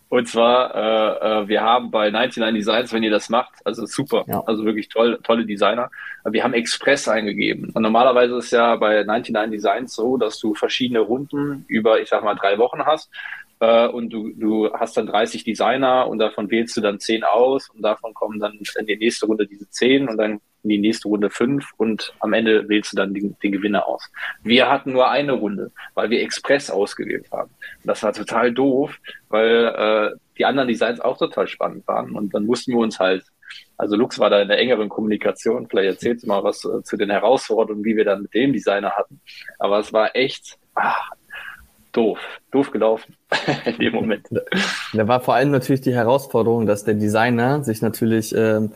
Und zwar, äh, äh, wir haben bei 99 Designs, wenn ihr das macht, also super,
Ja.
also wirklich toll, tolle Designer, aber wir haben Express eingegeben. Und normalerweise ist ja bei 99 Designs so, dass du verschiedene Runden über, ich sag mal, drei Wochen hast. Äh, und du, du hast dann 30 Designer und davon wählst du dann 10 aus und davon kommen dann in die nächste Runde diese 10 und dann in die nächste Runde 5 und am Ende wählst du dann den, den Gewinner aus. Wir hatten nur eine Runde, weil wir Express ausgewählt haben. Und das war total doof, weil äh, die anderen Designs auch total spannend waren. Und dann mussten wir uns halt, also Lux war da in der engeren Kommunikation, vielleicht erzählst du mal was äh, zu den Herausforderungen, die wir dann mit dem Designer hatten. Aber es war echt ah, doof, doof gelaufen in dem Moment.
Da war vor allem natürlich die Herausforderung, dass der Designer sich natürlich ähm,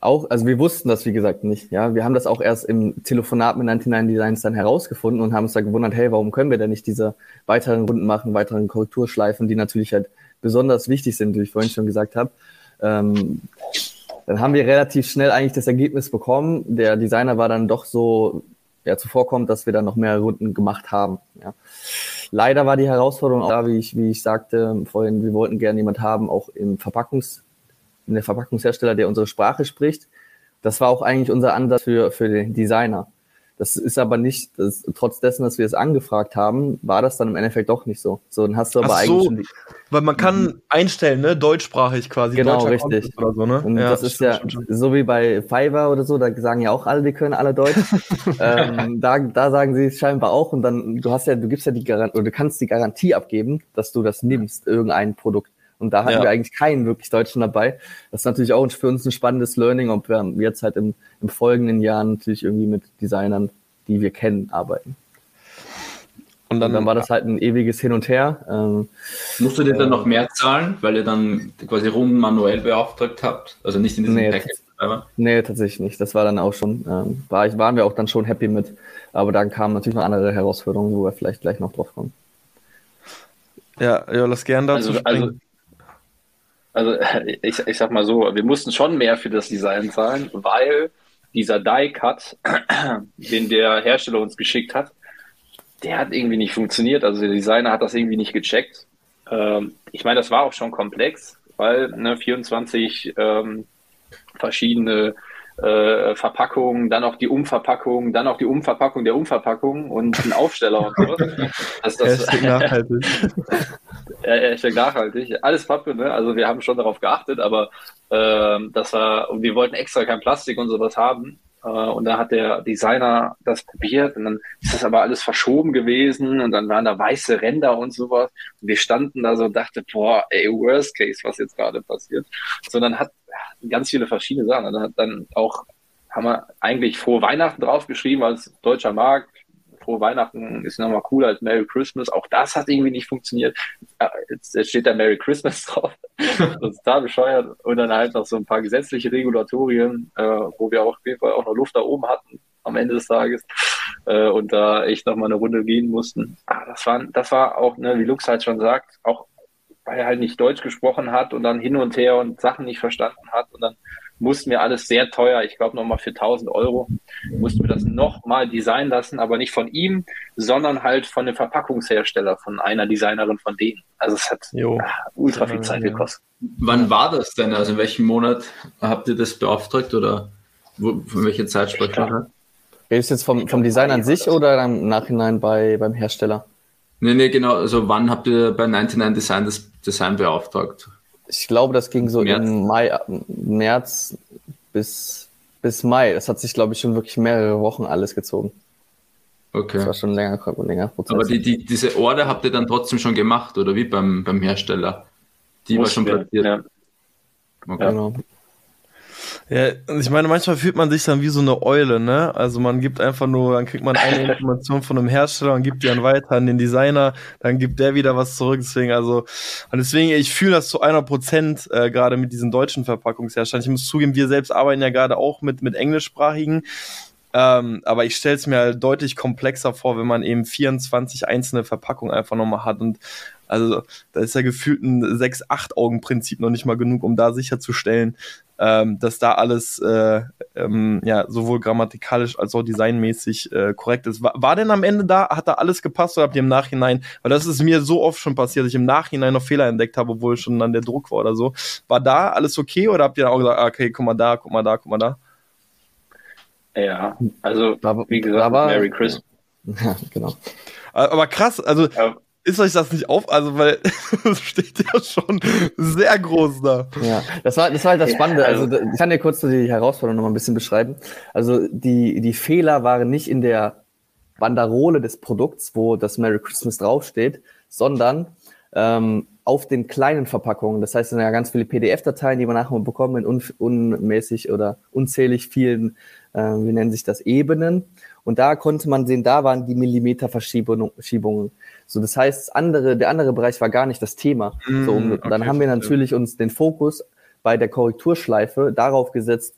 auch, also wir wussten das wie gesagt nicht, ja. Wir haben das auch erst im Telefonat mit 99 Designs dann herausgefunden und haben uns da gewundert, hey, warum können wir denn nicht diese weiteren Runden machen, weiteren Korrekturschleifen, die natürlich halt besonders wichtig sind, wie ich vorhin schon gesagt habe. Ähm, dann haben wir relativ schnell eigentlich das Ergebnis bekommen. Der Designer war dann doch so ja, zuvorkommt, dass wir dann noch mehr Runden gemacht haben. Ja. Leider war die Herausforderung auch da, wie ich, wie ich sagte vorhin, wir wollten gerne jemand haben, auch im Verpackungs, in der Verpackungshersteller, der unsere Sprache spricht. Das war auch eigentlich unser Ansatz für, für den Designer. Das ist aber nicht, das, trotz dessen, dass wir es angefragt haben, war das dann im Endeffekt doch nicht so. So, dann hast du aber
Ach
eigentlich
so.
schon die,
Weil man kann einstellen, ne? Deutschsprachig quasi.
Mhm. Genau,
deutscher
richtig.
Content Oder so, ne?
Und das ist
stimmt,
ja
stimmt, stimmt.
so wie bei Fiverr oder so, da sagen ja auch alle, die können alle Deutsch. ähm, da, da sagen sie es scheinbar auch und dann du hast ja, du gibst ja die Garantie oder du kannst die Garantie abgeben, dass du das nimmst, irgendein Produkt. Und da hatten
Ja.
wir eigentlich keinen wirklich Deutschen dabei. Das ist natürlich auch für uns ein spannendes Learning, ob wir jetzt halt im, im folgenden Jahr natürlich irgendwie mit Designern, die wir kennen, arbeiten.
Und
Und dann war das halt ein ewiges Hin und Her. Ähm,
Musst du dir dann noch mehr zahlen, weil ihr dann quasi Runden manuell beauftragt habt? Also nicht in diesem
Nee,
Package, aber
Nee, tatsächlich nicht. Das war dann auch schon, ähm, war ich, waren wir auch dann schon happy mit. Aber dann kamen natürlich noch andere Herausforderungen, wo wir vielleicht gleich noch drauf kommen.
Ja, ja, lass gern dazu
Also, also,
springen.
also ich, ich sag mal so, wir mussten schon mehr für das Design zahlen, weil dieser Die-Cut, den der Hersteller uns geschickt hat, der hat irgendwie nicht funktioniert. Also der Designer hat das irgendwie nicht gecheckt. Ähm, ich meine, das war auch schon komplex, weil ne, 24 ähm, verschiedene äh, Verpackungen, dann auch die Umverpackung, dann auch die Umverpackung der Umverpackung und ein Aufsteller und so. Das, das,
Hashtag nachhaltig.
ja, ja, schön nachhaltig. Alles Pappe, ne? Also wir haben schon darauf geachtet, aber ähm, das war, und wir wollten extra kein Plastik und sowas haben. Äh, und dann hat der Designer das probiert und dann ist das aber alles verschoben gewesen und dann waren da weiße Ränder und sowas. Und wir standen da so und dachte, boah, ey, worst case, was jetzt gerade passiert. Sondern hat ja, ganz viele verschiedene Sachen. Und Dann hat dann auch, haben wir eigentlich frohe Weihnachten draufgeschrieben als deutscher Markt. Frohe Weihnachten ist nochmal cooler als Merry Christmas. Auch das hat irgendwie nicht funktioniert ja, Ah, jetzt jetzt steht da Merry Christmas drauf. Das ist total bescheuert. Und dann halt noch so ein paar gesetzliche Regulatorien, äh, wo wir auch auf jeden Fall auch noch Luft da oben hatten am Ende des Tages äh, und da echt nochmal eine Runde gehen mussten. Ah, das, war, das war auch, ne, wie Lux halt schon sagt, auch weil er halt nicht Deutsch gesprochen hat und dann hin und her und Sachen nicht verstanden hat und dann mussten wir alles sehr teuer, ich glaube nochmal für 1000 Euro, mussten wir das nochmal designen lassen, aber nicht von ihm, sondern halt von dem Verpackungshersteller, von einer Designerin von denen. Also es hat
Jo.
ah, ultra viel Zeit
Ja.
gekostet.
wann war das denn? Also in welchem Monat habt ihr das beauftragt oder wo, von welcher Zeit sprechen wir? da?
Redest du jetzt vom, vom
glaub,
Design
Mai
an
war
sich
das.
oder im Nachhinein bei, beim Hersteller?
Nee, nee, genau. Also wann habt ihr bei 99 Design das Design beauftragt?
Ich glaube, das ging so
März.
im Mai, äh, März bis, bis Mai. Das hat sich, glaube ich, schon wirklich mehrere Wochen alles gezogen. Das
Okay.
war schon ein länger, ein längerer Prozess.
Aber die, die, diese Order habt ihr dann trotzdem schon gemacht, oder wie beim, beim Hersteller? Die war schon
Mussten wir,
platziert.
ja.
Okay.
genau.
Ja, und ich meine, manchmal fühlt man sich dann wie so eine Eule, ne? Also man gibt einfach nur, dann kriegt man eine Information von einem Hersteller und gibt die dann weiter an den Designer, dann gibt der wieder was zurück. Deswegen, also, und deswegen, ich fühle das zu 100 Prozent äh, gerade mit diesen deutschen Verpackungsherstellern. Ich muss zugeben, wir selbst arbeiten ja gerade auch mit, mit englischsprachigen. Ähm, aber ich stelle es mir halt deutlich komplexer vor, wenn man eben 24 einzelne Verpackungen einfach nochmal hat. Und also da ist ja gefühlt ein 6-8-Augen-Prinzip noch nicht mal genug, um da sicherzustellen, ähm, dass da alles äh, ähm, ja, sowohl grammatikalisch als auch designmäßig äh, korrekt ist. War, war denn am Ende da, hat da alles gepasst oder habt ihr im Nachhinein, weil das ist mir so oft schon passiert, dass ich im Nachhinein noch Fehler entdeckt habe, obwohl schon dann der Druck war oder so. War da alles okay oder habt ihr dann auch gesagt, ah, okay, guck mal da, guck mal da, guck mal da?
ja, also
Da,
wie gesagt,
da war,
Merry Christmas.
Ja, genau.
Äh, Aber krass, also
Ja.
ist euch das nicht auf, also weil das steht ja schon sehr groß da.
Ja, das war, das war halt das
Ja,
Spannende. Also,
also-
da- ich kann dir kurz so die Herausforderung noch mal ein bisschen beschreiben. Also, die, die Fehler waren nicht in der Banderole des Produkts, wo das Merry Christmas draufsteht, sondern ähm, auf den kleinen Verpackungen. Das heißt, es sind ja ganz viele PDF-Dateien, die man nachher bekommen in un unmäßig oder unzählig vielen, äh, wie nennen sich das, Ebenen. Und da konnte man sehen, da waren die Millimeterverschiebungen. Verschiebungen. So, das heißt, das andere, der andere Bereich war gar nicht das Thema. So, und
Mm,
dann
okay,
haben
verstehe.
wir natürlich uns den Fokus bei der Korrekturschleife darauf gesetzt,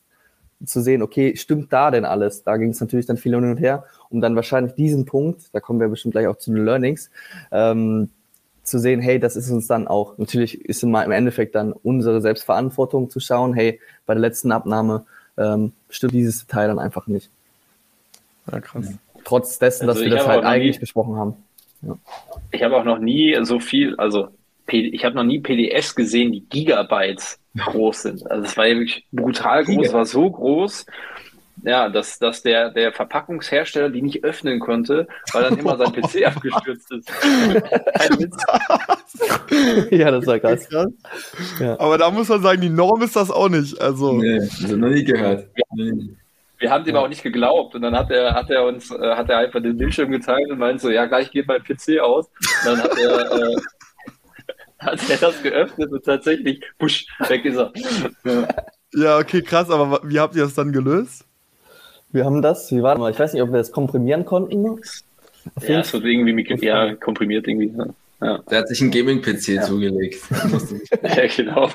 zu sehen, okay, stimmt da denn alles? Da ging es natürlich dann viel hin und her, um dann wahrscheinlich diesen Punkt, da kommen wir bestimmt gleich auch zu den Learnings, ähm, zu sehen, hey, das ist uns dann auch, natürlich ist immer im Endeffekt dann unsere Selbstverantwortung zu schauen, hey, bei der letzten Abnahme ähm, stimmt dieses Detail dann einfach nicht.
Ja, krass.
Trotz dessen, dass
Also
wir
ich
das
habe
halt
auch noch nie-
eigentlich besprochen haben.
Ich habe auch noch nie so viel, also P- ich habe noch nie PDFs gesehen, die Gigabytes groß sind. Also es war ja wirklich brutal groß,
Giga-
es war so groß, ja, dass, dass der, der Verpackungshersteller die nicht öffnen konnte, weil dann immer sein PC abgestürzt ist. Kein Witz.
ja, das war krass. Ja.
Aber da muss man sagen, die Norm ist das auch nicht. Also,
Nee, also noch nie gehört. Nee.
Wir haben dem auch nicht geglaubt und dann hat er hat er uns äh, hat er einfach den Bildschirm geteilt und meint so ja gleich geht mein PC aus. Und dann hat er äh, hat er das geöffnet und tatsächlich push weg ist er. Ja.
ja, okay, krass, aber wa- wie habt ihr das dann gelöst?
Wir haben das, wie war das? Ich weiß nicht, ob wir das komprimieren konnten. Auf
Ja,
jeden
es wird irgendwie mit, ja, komprimiert irgendwie. Ja,
Der hat sich einen Gaming-PC zugelegt.
ja genau.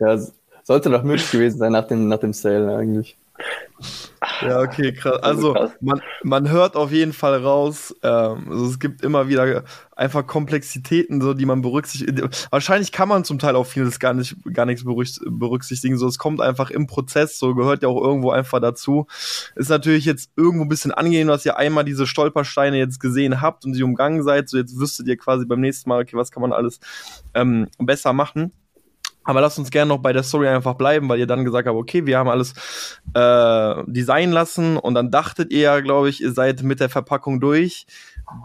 Ja, s- sollte doch möglich gewesen sein nach dem, nach dem Sale eigentlich.
Ja, okay, krass. Also,
Krass.
man, man hört auf jeden Fall raus, ähm, also es gibt immer wieder einfach Komplexitäten, so, die man berücksichtigt. Wahrscheinlich kann man zum Teil auch vieles gar nicht, gar nichts berücks- berücksichtigen, so, es kommt einfach im Prozess, so, gehört ja auch irgendwo einfach dazu. Ist natürlich jetzt irgendwo ein bisschen angenehm, dass ihr einmal diese Stolpersteine jetzt gesehen habt und sie umgangen seid, so, jetzt wüsstet ihr quasi beim nächsten Mal, okay, was kann man alles, ähm, besser machen. Aber lasst uns gerne noch bei der Story einfach bleiben, weil ihr dann gesagt habt, okay, wir haben alles äh, designen lassen und dann dachtet ihr ja, glaube ich, ihr seid mit der Verpackung durch,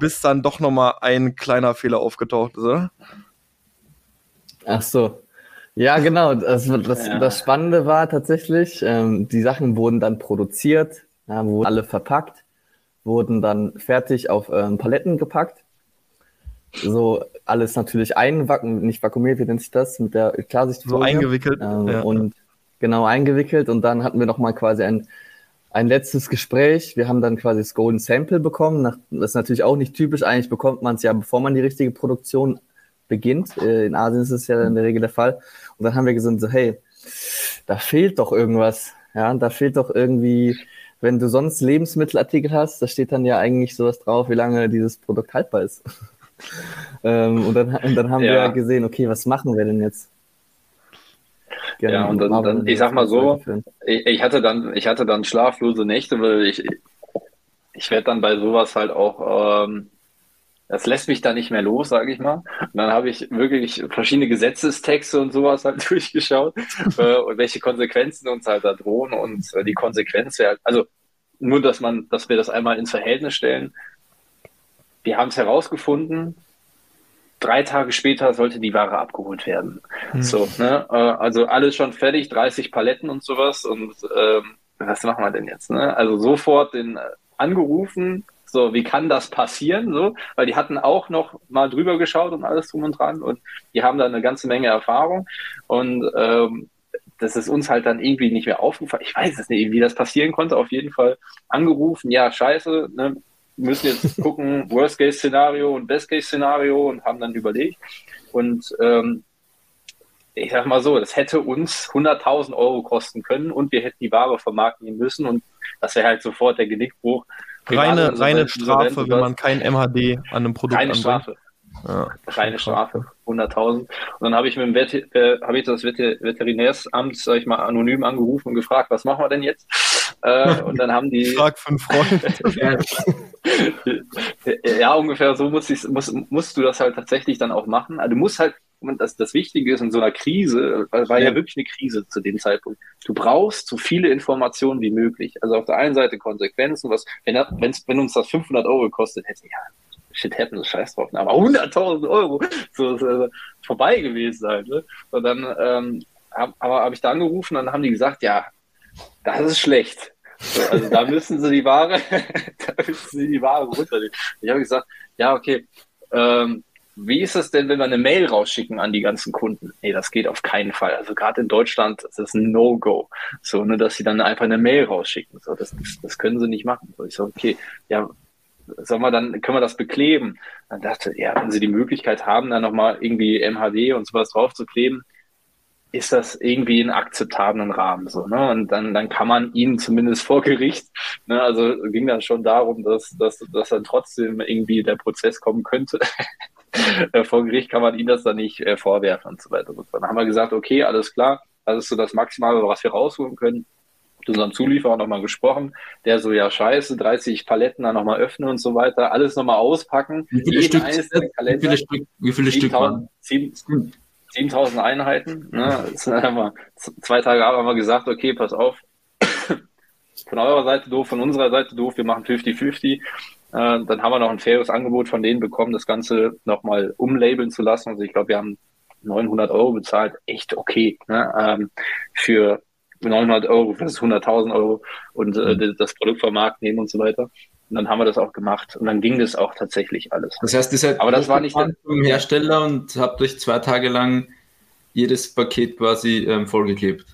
bis dann doch nochmal ein kleiner Fehler aufgetaucht ist, oder?
Ach so. Ja, genau. Das, das,
Ja.
das Spannende war tatsächlich, ähm, die Sachen wurden dann produziert, ja, wurden alle verpackt, wurden dann fertig auf ähm, Paletten gepackt. So alles natürlich einwacken, nicht vakuumiert, wie nennt sich das, mit der Klarsichtfolie.
So eingewickelt.
Ähm,
ja.
Und genau eingewickelt. Und dann hatten wir nochmal quasi ein, ein letztes Gespräch. Wir haben dann quasi das Golden Sample bekommen. Nach, das ist natürlich auch nicht typisch. Eigentlich bekommt man es ja, bevor man die richtige Produktion beginnt. Äh, In Asien ist es ja in der Regel der Fall. Und dann haben wir gesagt, so, hey, da fehlt doch irgendwas. Ja, da fehlt doch irgendwie, wenn du sonst Lebensmittelartikel hast, da steht dann ja eigentlich sowas drauf, wie lange dieses Produkt haltbar ist. ähm, und, dann, und dann haben
Ja.
wir ja gesehen, okay, was machen wir denn jetzt?
Ja, und dann-
Aber
dann- ich sag mal so,
weiterführen.
Ich, ich hatte dann, ich hatte dann schlaflose Nächte, weil ich, ich werde dann bei sowas halt auch, ähm, das lässt mich da nicht mehr los, sage ich mal. Und dann habe ich wirklich verschiedene Gesetzestexte und sowas halt durchgeschaut äh, und welche Konsequenzen uns halt da drohen und äh, die Konsequenz wäre, halt- also nur, dass man, dass wir das einmal ins Verhältnis stellen. Wir haben es herausgefunden. Drei Tage später sollte die Ware abgeholt werden. So, ne? Äh, Also alles schon fertig, 30 Paletten und sowas. Und ähm, was machen wir denn jetzt? Ne? Also sofort den äh, angerufen, so, wie kann das passieren? So, weil die hatten auch noch mal drüber geschaut und alles drum und dran und die haben da eine ganze Menge Erfahrung. Und ähm, das ist uns halt dann irgendwie nicht mehr aufgefallen. Ich weiß es nicht, wie das passieren konnte. Auf jeden Fall angerufen, ja, scheiße, ne? Wir müssen jetzt gucken, Worst-Case-Szenario und Best-Case-Szenario und haben dann überlegt. Und ähm, ich sag mal so, das hätte uns 100.000 Euro kosten können und wir hätten die Ware vermarkten gehen müssen und das wäre halt sofort der Genickbruch.
Reine,
Privatinsolvenz-
reine Strafe, wenn
Insolvenz-
man kein MHD an einem Produkt
Reine
anbringt.
Strafe,
Ja.
reine Strafe, 100.000. Und dann habe ich mit dem Vet äh, habe ich das Veter Veterinärsamt, sag ich mal, anonym angerufen und gefragt, was machen wir denn jetzt? Äh, und dann haben die,
Frag für einen Freund.
ja, ungefähr so muss ich, muss, musst du das halt tatsächlich dann auch machen. Also du musst halt, und das, das Wichtige ist in so einer Krise, weil war ja. wirklich eine Krise zu dem Zeitpunkt. Du brauchst so viele Informationen wie möglich. Also auf der einen Seite Konsequenzen, was, wenn, das- wenn's, wenn uns das 500 Euro kostet, hätte ich ja, shit happens, scheiß drauf, ne? aber 100.000 Euro, so ist äh, vorbei gewesen halt. Ne? Und dann, ähm, hab, aber habe ich da angerufen, dann haben die gesagt, ja, das ist schlecht. So, also da müssen sie die Ware, da müssen sie die Ware runternehmen. Ich habe gesagt, ja, okay, ähm, wie ist es denn, wenn wir eine Mail rausschicken an die ganzen Kunden? Nee, das geht auf keinen Fall. Also gerade in Deutschland das ist ein No-Go. So, ne, dass sie dann einfach eine Mail rausschicken. So, das, das, das können sie nicht machen. So, ich so, okay, ja, sollen wir dann, können wir das bekleben? Dann dachte, ich, ja, wenn sie die Möglichkeit haben, dann nochmal irgendwie MHD und sowas draufzukleben, ist das irgendwie in akzeptablen Rahmen so, ne? Und dann, dann kann man ihnen zumindest vor Gericht, ne, also ging dann schon darum, dass, dass, dass dann trotzdem irgendwie der Prozess kommen könnte. Äh, vor Gericht kann man ihnen das dann nicht äh, vorwerfen und so weiter und so fort. Dann haben wir gesagt, okay, alles klar, das ist so das Maximale, was wir rausholen können. mit unserem Zulieferer nochmal gesprochen, der so, ja scheiße, 30 Paletten dann nochmal öffnen und so weiter, alles nochmal auspacken.
Wie viele,
jeden
Stück,
einzelnen
wie
Kalender,
viele Stück, wie viele Stück waren?
7000, 7000 Einheiten. Ne? Das sind dann immer z- zwei Tage Abend haben wir gesagt, okay, pass auf. Von eurer Seite doof, von unserer Seite doof, wir machen 50-50. Äh, dann haben wir noch ein faires Angebot von denen bekommen, das Ganze nochmal umlabeln zu lassen. Also ich glaube, wir haben 900 Euro bezahlt. Echt okay. Ne? Ähm, für 900 Euro, für das 100.000 Euro und äh, das Produkt vermarkten nehmen und so weiter. Und dann haben wir das auch gemacht. Und dann ging das auch tatsächlich alles. ne?
Das heißt, ihr seid
Aber das war nicht-
hochgefahren vom Hersteller und habt euch zwei Tage lang jedes Paket quasi ähm, vollgeklebt.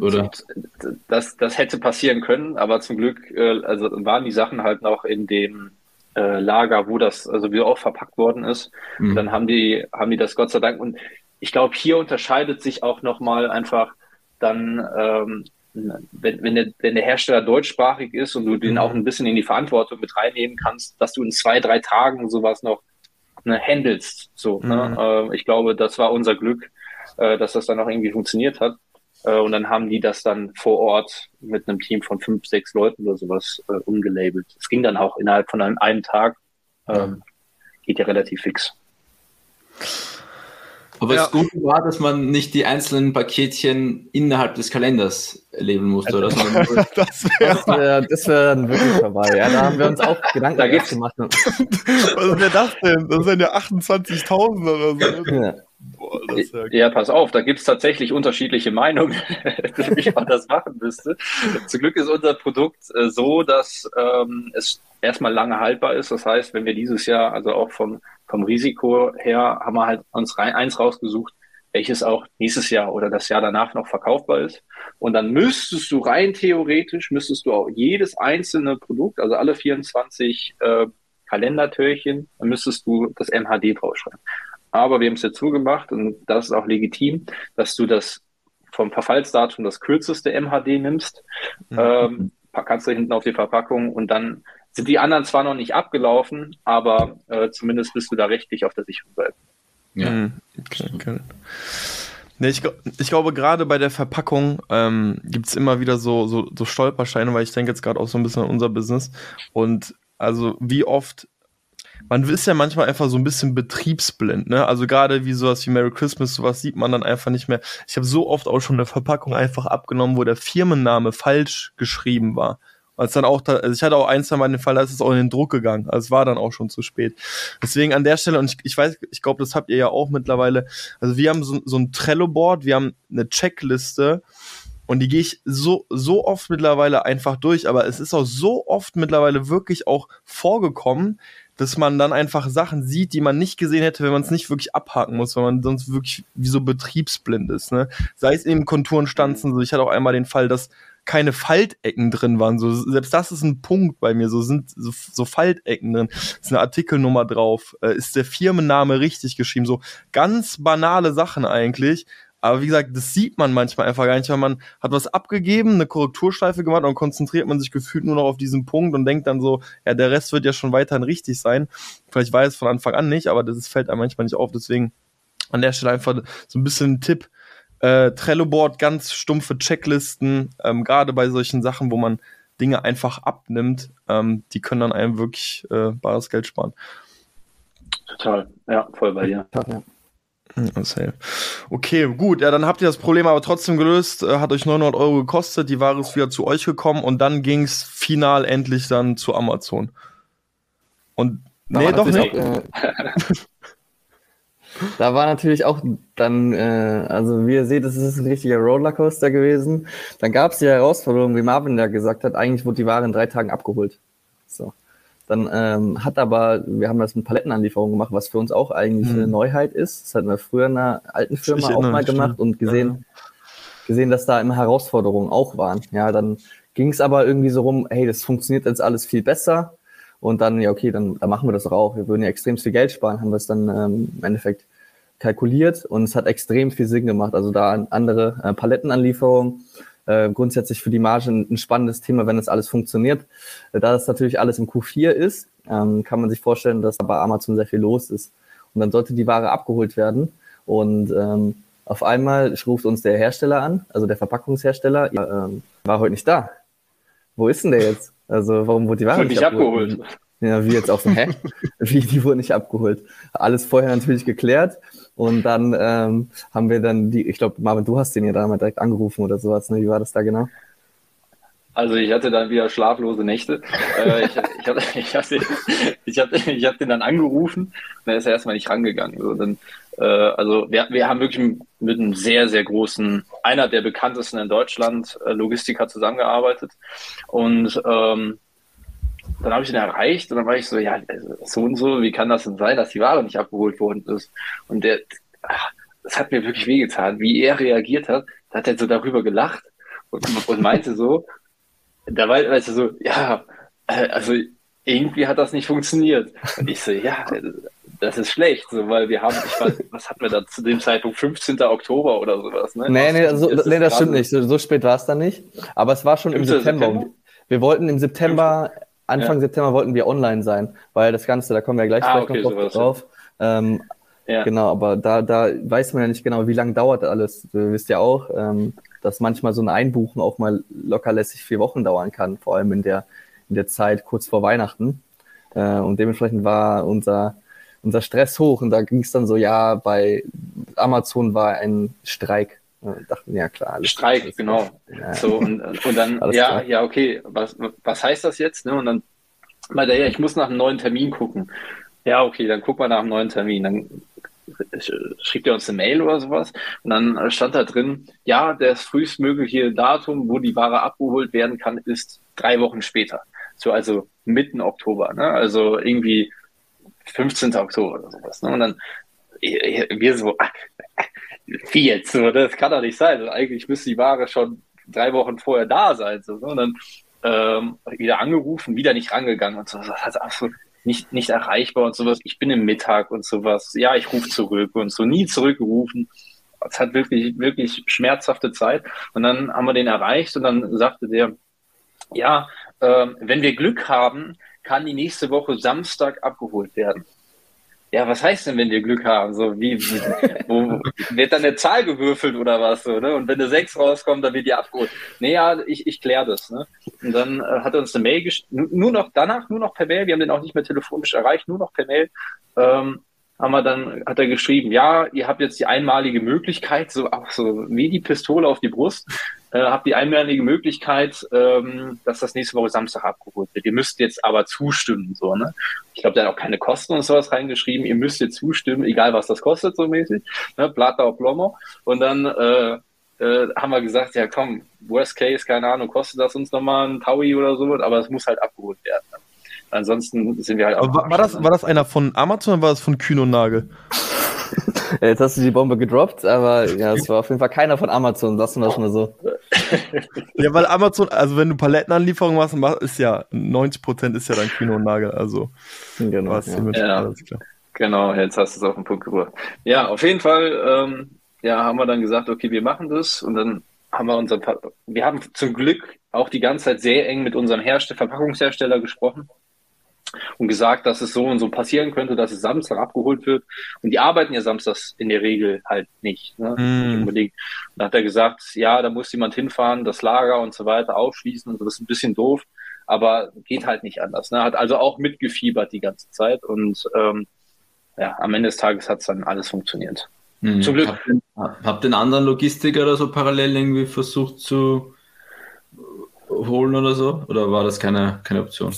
Oder?
Das, das hätte passieren können, aber zum Glück äh, also waren die Sachen halt noch in dem äh, Lager, wo das also wie auch verpackt worden ist.
Mhm.
Dann haben die haben die das Gott sei Dank und ich glaube hier unterscheidet sich auch noch mal einfach dann ähm, wenn, wenn, der, wenn der Hersteller deutschsprachig ist und du den auch ein bisschen in die Verantwortung mit reinnehmen kannst, dass du in zwei, drei Tagen sowas noch ne, handelst. So, ne? Ähm, ich glaube, das war unser Glück, äh, dass das dann auch irgendwie funktioniert hat. Äh, und dann haben die das dann vor Ort mit einem Team von fünf, sechs Leuten oder sowas äh, umgelabelt. Es ging dann auch innerhalb von einem, einem Tag. Ähm, Geht ja relativ fix.
Aber
Ja.
das Gute war, dass man nicht die einzelnen Paketchen innerhalb des Kalenders erleben musste,
Also
oder? Sondern nur-
Das wäre,
Das wäre das wär dann wirklich vorbei. Ja, da haben wir uns auch Gedanken
Da
darüber
geht's-
gemacht.
was ist denn das denn? Das sind ja 28.000 oder so.
Ja.
Boah, das ist ja
Ja, pass auf, da gibt's tatsächlich unterschiedliche Meinungen, wie man das machen müsste. Zum Glück ist unser Produkt äh, so, dass ähm, es erstmal lange haltbar ist. Das heißt, wenn wir dieses Jahr, also auch vom, vom Risiko her, haben wir halt uns rein, eins rausgesucht, welches auch nächstes Jahr oder das Jahr danach noch verkaufbar ist. Und dann müsstest du rein theoretisch, müsstest du auch jedes einzelne Produkt, also alle 24 äh, Kalendertürchen, dann müsstest du das MHD draufschreiben. Aber wir haben es ja zugemacht und das ist auch legitim, dass du das vom Verfallsdatum das kürzeste MHD nimmst, ähm, kannst du hinten auf die Verpackung und dann sind die anderen zwar noch nicht abgelaufen, aber äh, zumindest bist du da rechtlich auf der sicheren Seite.
Ja.
Hm, Okay, okay. Nee, ich, gl- ich glaube, gerade bei der Verpackung ähm, gibt es immer wieder so, so, so Stolpersteine, weil ich denke jetzt gerade auch so ein bisschen an unser Business. Und also wie oft, man ist ja manchmal einfach so ein bisschen betriebsblind, ne? Also gerade wie sowas wie Merry Christmas, sowas sieht man dann einfach nicht mehr. Ich habe so oft auch schon eine Verpackung einfach abgenommen, wo der Firmenname falsch geschrieben war. Als dann auch da, also ich hatte auch ein, zwei Mal den Fall, da ist es auch in den Druck gegangen. Also es war dann auch schon zu spät. Deswegen an der Stelle, und ich, ich weiß, ich glaube, das habt ihr ja auch mittlerweile. Also wir haben so, so ein Trello-Board, wir haben eine Checkliste und die gehe ich so, so oft mittlerweile einfach durch. Aber es ist auch so oft mittlerweile wirklich auch vorgekommen, dass man dann einfach Sachen sieht, die man nicht gesehen hätte, wenn man es nicht wirklich abhaken muss, weil man sonst wirklich wie so betriebsblind ist. Ne? Sei es eben Konturenstanzen, so ich hatte auch einmal den Fall, dass keine Faltecken drin waren. So, selbst das ist ein Punkt bei mir. So sind so, so Faltecken drin ist eine Artikelnummer drauf, äh, ist der Firmenname richtig geschrieben, so ganz banale Sachen eigentlich. Aber wie gesagt, das sieht man manchmal einfach gar nicht, weil man hat was abgegeben, eine Korrekturschleife gemacht und konzentriert man sich gefühlt nur noch auf diesen Punkt und denkt dann so, ja, der Rest wird ja schon weiterhin richtig sein. Vielleicht war es von Anfang an nicht, aber das ist- fällt einem manchmal nicht auf. Deswegen an der Stelle einfach so ein bisschen ein Tipp. Äh, Trello-Board, ganz stumpfe Checklisten, ähm, gerade bei solchen Sachen, wo man Dinge einfach abnimmt, ähm, die können dann einem wirklich äh, bares Geld sparen.
Total, ja, voll bei dir.
Hm,
Ja, safe. Okay, gut, ja, dann habt ihr das Problem aber trotzdem gelöst, äh, hat euch 900 Euro gekostet, die Ware ist wieder zu euch gekommen und dann ging es final endlich dann zu Amazon. Und,
Da
nee,
war
doch
natürlich
nicht.
auch, äh, Da war natürlich auch dann, äh, also wie ihr seht, es ist ein richtiger Rollercoaster gewesen. Dann gab es die Herausforderung, wie Marvin da gesagt hat, eigentlich wurde die Ware in drei Tagen abgeholt. So. Dann ähm, hat aber, wir haben das mit Palettenanlieferung gemacht, was für uns auch eigentlich
Mhm.
eine Neuheit ist. Das hatten wir früher in einer alten Firma auch
erinnere
mal
mich,
gemacht
stimmt.
und gesehen, gesehen, dass da immer Herausforderungen auch waren. Ja, dann ging es aber irgendwie so rum, hey, das funktioniert jetzt alles viel besser. Und dann, ja, okay, dann, dann machen wir das doch auch. Wir würden ja extrem viel Geld sparen, haben wir es dann ähm, im Endeffekt kalkuliert und es hat extrem viel Sinn gemacht. Also da an andere äh, Palettenanlieferungen, äh, grundsätzlich für die Marge ein, ein spannendes Thema, wenn das alles funktioniert. Äh, Da das natürlich alles im Q4 ist, ähm, kann man sich vorstellen, dass da bei Amazon sehr viel los ist. Und dann sollte die Ware abgeholt werden. Und ähm, Auf einmal ruft uns der Hersteller an, also der Verpackungshersteller, ja, ähm, war heute nicht da. Wo ist denn der jetzt? Also warum wurde die Ware
Wurde nicht abgeholt.
Ja, wie jetzt auch so, hä? wie, die wurde nicht abgeholt. Alles vorher natürlich geklärt und dann ähm, haben wir dann die, ich glaube, Marvin, du hast den ja damals direkt angerufen oder sowas, ne? Wie war das da genau?
Also ich hatte dann wieder schlaflose Nächte. Äh, ich ich habe ich hab den, ich hab, ich hab den dann angerufen und er ist ja erstmal nicht rangegangen. So, dann, äh, also wir, wir haben wirklich mit einem sehr, sehr großen, einer der bekanntesten in Deutschland, äh, Logistiker zusammengearbeitet. Und ähm, dann habe ich ihn erreicht und dann war ich so, ja, also, so und so, wie kann das denn sein, dass die Ware nicht abgeholt worden ist? Und der, ach, das hat mir wirklich wehgetan, wie er reagiert hat. Da hat er so darüber gelacht und, und meinte so, da war, weißt du, so, ja, äh, also irgendwie hat das nicht funktioniert. Und ich so, ja, also, das ist schlecht, so, weil wir haben, ich weiß, was hatten wir da zu dem Zeitpunkt, 15. Oktober oder sowas, ne?
Nee, nee,
Also,
so,
es ist
nee das stimmt
gerade-
nicht. So, so spät war es dann nicht. Aber es war schon im
15.
September.
September?
Wir wollten im September, Anfang
Ja.
September wollten wir online sein, weil das Ganze, da kommen wir gleich
Ah,
vielleicht
okay,
noch
so war
drauf.
das, ja.
drauf. Ähm,
Ja.
Genau, aber da, da weiß man ja nicht genau, wie lange dauert alles. Du wisst ja auch, ähm, dass manchmal so eine Einbuchung auch mal lockerlässig vier Wochen dauern kann, vor allem in der, in der Zeit kurz vor Weihnachten. Äh, und dementsprechend war unser, unser Stress hoch und da ging es dann so, ja, bei Amazon war ein Streik. Äh, dachten, ja klar. alles-
Streik,
alles-
genau.
Ja.
So, und, und dann,
Alles
ja,
klar.
ja, okay, was, was heißt das jetzt? Ne? Und dann meinte er, ja, ich muss nach einem neuen Termin gucken. Ja, okay, dann guck mal nach einem neuen Termin. Dann sch- schrieb er uns eine Mail oder sowas. Und dann stand da drin, ja, das frühestmögliche Datum, wo die Ware abgeholt werden kann, ist drei Wochen später. So, also mitten Oktober, ne? Also irgendwie 15. Oktober oder sowas. Ne? Und dann eh, eh, wir so, ah, wie jetzt? So, das kann doch nicht sein. Also eigentlich müsste die Ware schon drei Wochen vorher da sein. So, ne? Und dann ähm, wieder angerufen, wieder nicht rangegangen und so. Das hat absolut nicht, nicht erreichbar und sowas. Ich bin im Mittag und sowas. Ja, ich rufe zurück und so. Nie zurückgerufen. Es hat wirklich, wirklich schmerzhafte Zeit. Und dann haben wir den erreicht und dann sagte der, ja, ähm, wenn wir Glück haben, kann die nächste Woche Samstag abgeholt werden. Ja, was heißt denn, wenn wir Glück haben? So, wie, wie wo, wird dann eine Zahl gewürfelt oder was? So, ne? Und wenn eine 6 rauskommt, dann wird die abgeholt. Nee, ja, ich, ich kläre das. Ne? Und dann äh, hat er uns eine Mail geschickt, nur noch danach, nur noch per Mail, wir haben den auch nicht mehr telefonisch erreicht, nur noch per Mail. Ähm, haben wir dann, hat er geschrieben, ja, ihr habt jetzt die einmalige Möglichkeit, so auch so wie die Pistole auf die Brust, äh, habt die einmalige Möglichkeit, ähm, dass das nächste Woche Samstag abgeholt wird. Ihr müsst jetzt aber zustimmen, so, ne? Ich glaube, der hat auch keine Kosten und sowas reingeschrieben, ihr müsst jetzt zustimmen, egal was das kostet, so mäßig, ne? Plata o Plomo. Und dann äh, äh, haben wir gesagt, ja komm, worst case, keine Ahnung, kostet das uns nochmal ein Taui oder sowas, aber es muss halt abgeholt werden. Ne? Ansonsten sind wir halt
Aber war,
auch.
war, das, war das einer von Amazon oder war das von Kühn und Nagel?
Äh, Jetzt hast du die Bombe gedroppt, aber ja, es war auf jeden Fall keiner von Amazon, lassen wir das mal so.
Ja, weil Amazon, also wenn du Palettenanlieferung machst, mach- ist ja 90% ist ja dann Kühn und Nagel. Also
Genau.
was
ja.
damit
Ja.
alles klar.
Genau, jetzt hast du es auf den Punkt gebracht. Ja, auf jeden Fall, ähm, ja, haben wir dann gesagt, okay, wir machen das und dann haben wir unser, Pa- wir haben zum Glück auch die ganze Zeit sehr eng mit unserem Herste Verpackungshersteller gesprochen und gesagt, dass es so und so passieren könnte, dass es Samstag abgeholt wird. Und die arbeiten ja samstags in der Regel halt nicht, ne? Nicht
Mm.
unbedingt. Und dann hat er gesagt, ja, da muss jemand hinfahren, das Lager und so weiter aufschließen und so, das ist ein bisschen doof, aber geht halt nicht anders. Ne? Hat also auch mitgefiebert die ganze Zeit und ähm, ja, am Ende des Tages hat es dann alles funktioniert.
Mhm.
Zum Glück.
Hab den, hab den anderen Logistiker oder so parallel irgendwie versucht zu holen oder so? Oder war das keine, keine Option?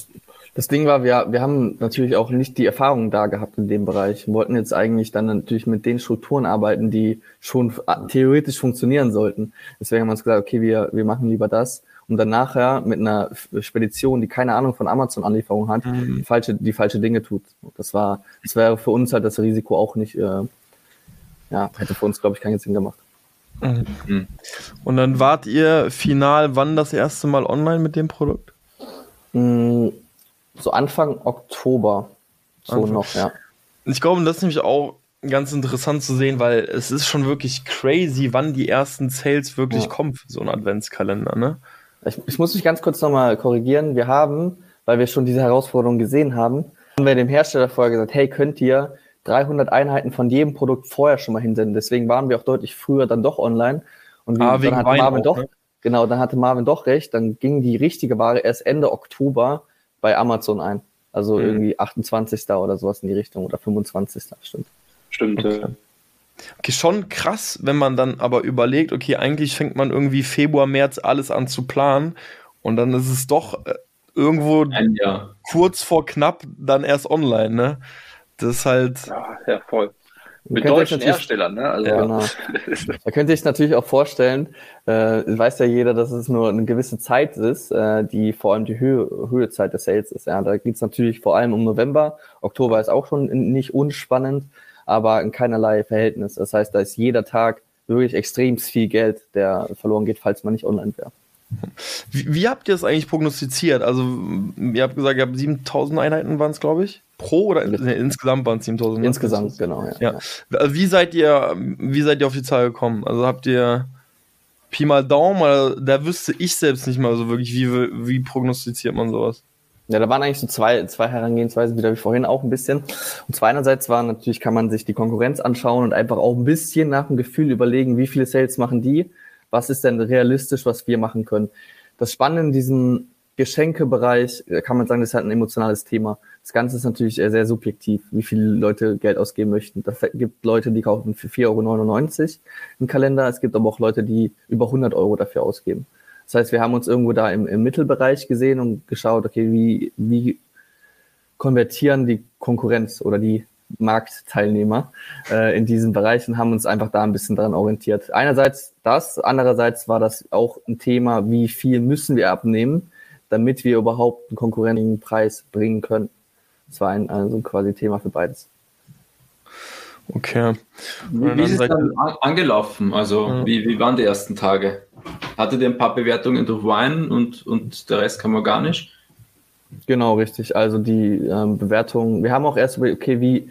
Das Ding war, wir, wir haben natürlich auch nicht die Erfahrung da gehabt in dem Bereich. Wir wollten jetzt eigentlich dann natürlich mit den Strukturen arbeiten, die schon f- theoretisch funktionieren sollten. Deswegen haben wir uns gesagt, okay, wir, wir machen lieber das, um dann nachher mit einer F- Spedition, die keine Ahnung von Amazon-Anlieferung hat,
Hm. Mhm.
die, falsche, die falsche Dinge tut. Das war, das wäre für uns halt das Risiko auch nicht, äh, ja, hätte für uns, glaube ich, keinen Sinn gemacht.
Und dann wart ihr final wann das erste Mal online mit dem Produkt?
Mm, So Anfang Oktober. So
Anfang-
noch, ja.
Ich glaube, das ist nämlich auch ganz interessant zu sehen, weil es ist schon wirklich crazy, wann die ersten Sales wirklich
Ja.
kommen für so einen Adventskalender, ne?
Ich, ich muss mich ganz kurz nochmal korrigieren. Wir haben, weil wir schon diese Herausforderung gesehen haben, haben wir dem Hersteller vorher gesagt, hey, könnt ihr 300 Einheiten von jedem Produkt vorher schon mal hinsenden. Deswegen waren wir auch deutlich früher dann doch online. Und wie,
Ah,
dann
wegen
hat
Wein
Marvin
auch,
doch,
ne?
genau, dann hatte Marvin doch recht. Dann ging die richtige Ware erst Ende Oktober bei Amazon ein. Also
Mhm.
irgendwie 28. oder sowas in die Richtung oder 25. Stimmt.
Stimmt. äh,
Okay, schon krass, wenn man dann aber überlegt, okay, eigentlich fängt man irgendwie Februar, März alles an zu planen und dann ist es doch äh, irgendwo
Ein Jahr.
kurz vor knapp dann erst online, ne? Das ist halt,
Ja, ja voll.
Ihr
Mit
könnt euch
deutschen
natürlich-
Herstellern, ne? Also,
Ja, genau. Da könnte ich natürlich auch vorstellen, äh, weiß ja jeder, dass es nur eine gewisse Zeit ist, äh, die vor allem die Höhe, Höhezeit des Sales ist. Ja. Da geht's natürlich vor allem um November. Oktober ist auch schon in, nicht unspannend, aber in keinerlei Verhältnis. Das heißt, da ist jeder Tag wirklich extrem viel Geld, der verloren geht, falls man nicht online wäre.
wie, wie habt ihr das eigentlich prognostiziert? Also, m, ihr habt gesagt, ihr habt 7000 Einheiten waren es, glaube ich. Pro oder in, nee, insgesamt waren es 7000? ne?
Insgesamt, genau. Ja.
Ja. Also Wie seid ihr, wie seid ihr auf die Zahl gekommen? Also habt ihr Pi mal Daumen, oder da wüsste ich selbst nicht mal so wirklich, wie, wie prognostiziert man sowas?
Ja, da waren eigentlich so zwei, zwei Herangehensweisen, wieder wie vorhin auch ein bisschen. Und zwar einerseits war natürlich, kann man sich die Konkurrenz anschauen und einfach auch ein bisschen nach dem Gefühl überlegen, wie viele Sales machen die, was ist denn realistisch, was wir machen können. Das Spannende in diesem Geschenkebereich, äh, kann man sagen, das ist halt ein emotionales Thema. Das Ganze ist natürlich äh, sehr subjektiv, wie viele Leute Geld ausgeben möchten. Das gibt Leute, die kaufen für 4,99 Euro einen Kalender. Es gibt aber auch Leute, die über 100 Euro dafür ausgeben. Das heißt, wir haben uns irgendwo da im, im Mittelbereich gesehen und geschaut, okay, wie, wie konvertieren die Konkurrenz oder die Marktteilnehmer äh, in diesem Bereich und haben uns einfach da ein bisschen dran orientiert. Einerseits das, andererseits war das auch ein Thema, wie viel müssen wir abnehmen, damit wir überhaupt einen konkurrenten Preis bringen können. Das war ein also quasi Thema für beides.
Okay.
Wie, wie ist es dann an, angelaufen? Also,
Ja.
wie, wie waren die ersten Tage? Hattet ihr ein paar Bewertungen durch Wine und, und der Rest kam organisch?
Genau, richtig. Also die ähm, Bewertung, wir haben auch erst über, okay, wie,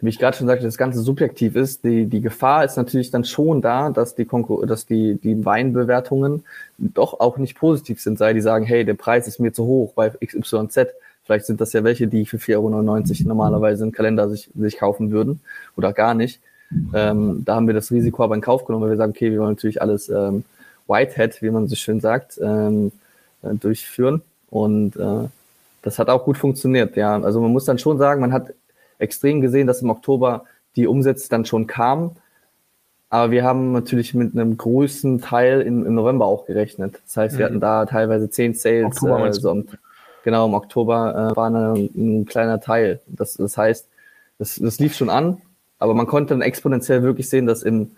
wie ich gerade schon sagte, das Ganze subjektiv ist. Die, die Gefahr ist natürlich dann schon da, dass die, Konkur dass die, die Weinbewertungen doch auch nicht positiv sind, sei die sagen, hey, der Preis ist mir zu hoch bei XYZ. Vielleicht sind das ja welche, die für 4,99 Euro normalerweise einen Kalender sich, sich kaufen würden oder gar nicht. Ähm, da haben wir das Risiko aber in Kauf genommen, weil wir sagen, okay, wir wollen natürlich alles ähm, Whitehead, wie man so schön sagt, ähm, äh, durchführen. Und äh, das hat auch gut funktioniert, ja. Also man muss dann schon sagen, man hat extrem gesehen, dass im Oktober die Umsätze dann schon kamen. Aber wir haben natürlich mit einem großen Teil im, im November auch gerechnet. Das heißt, wir
Mhm.
hatten da teilweise zehn Sales.
Oktober
äh,
meinst
so am, genau, im Oktober äh, war eine, ein kleiner Teil. Das, das heißt, das, das lief schon an, aber man konnte dann exponentiell wirklich sehen, dass im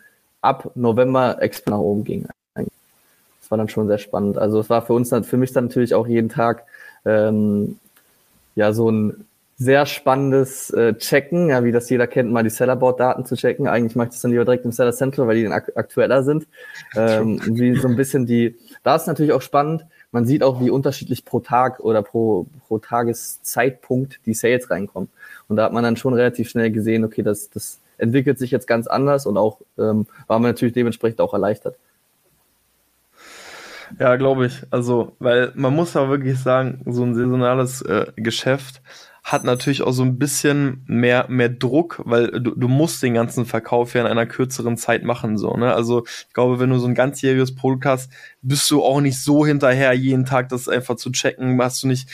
ab November exponentiell nach oben ging. Das war dann schon sehr spannend. Also es war für uns dann, für mich dann natürlich auch jeden Tag ähm, ja so ein sehr spannendes äh, Checken, ja, wie das jeder kennt, mal die Sellerboard-Daten zu checken. Eigentlich mache ich das dann lieber direkt im Seller Central, weil die dann ak aktueller sind. Ähm, und wie so ein bisschen die, da ist natürlich auch spannend, man sieht auch, wie unterschiedlich pro Tag oder pro, pro Tageszeitpunkt die Sales reinkommen. Und da hat man dann schon relativ schnell gesehen, okay, das, das entwickelt sich jetzt ganz anders und auch ähm, war man natürlich dementsprechend auch erleichtert.
Ja, glaube ich. Also, weil man muss ja wirklich sagen, so ein saisonales äh, Geschäft hat natürlich auch so ein bisschen mehr, mehr Druck, weil du, du musst den ganzen Verkauf ja in einer kürzeren Zeit machen, so, ne? Also, ich glaube, wenn du so ein ganzjähriges Produkt hast, bist du auch nicht so hinterher, jeden Tag das einfach zu checken, hast du nicht,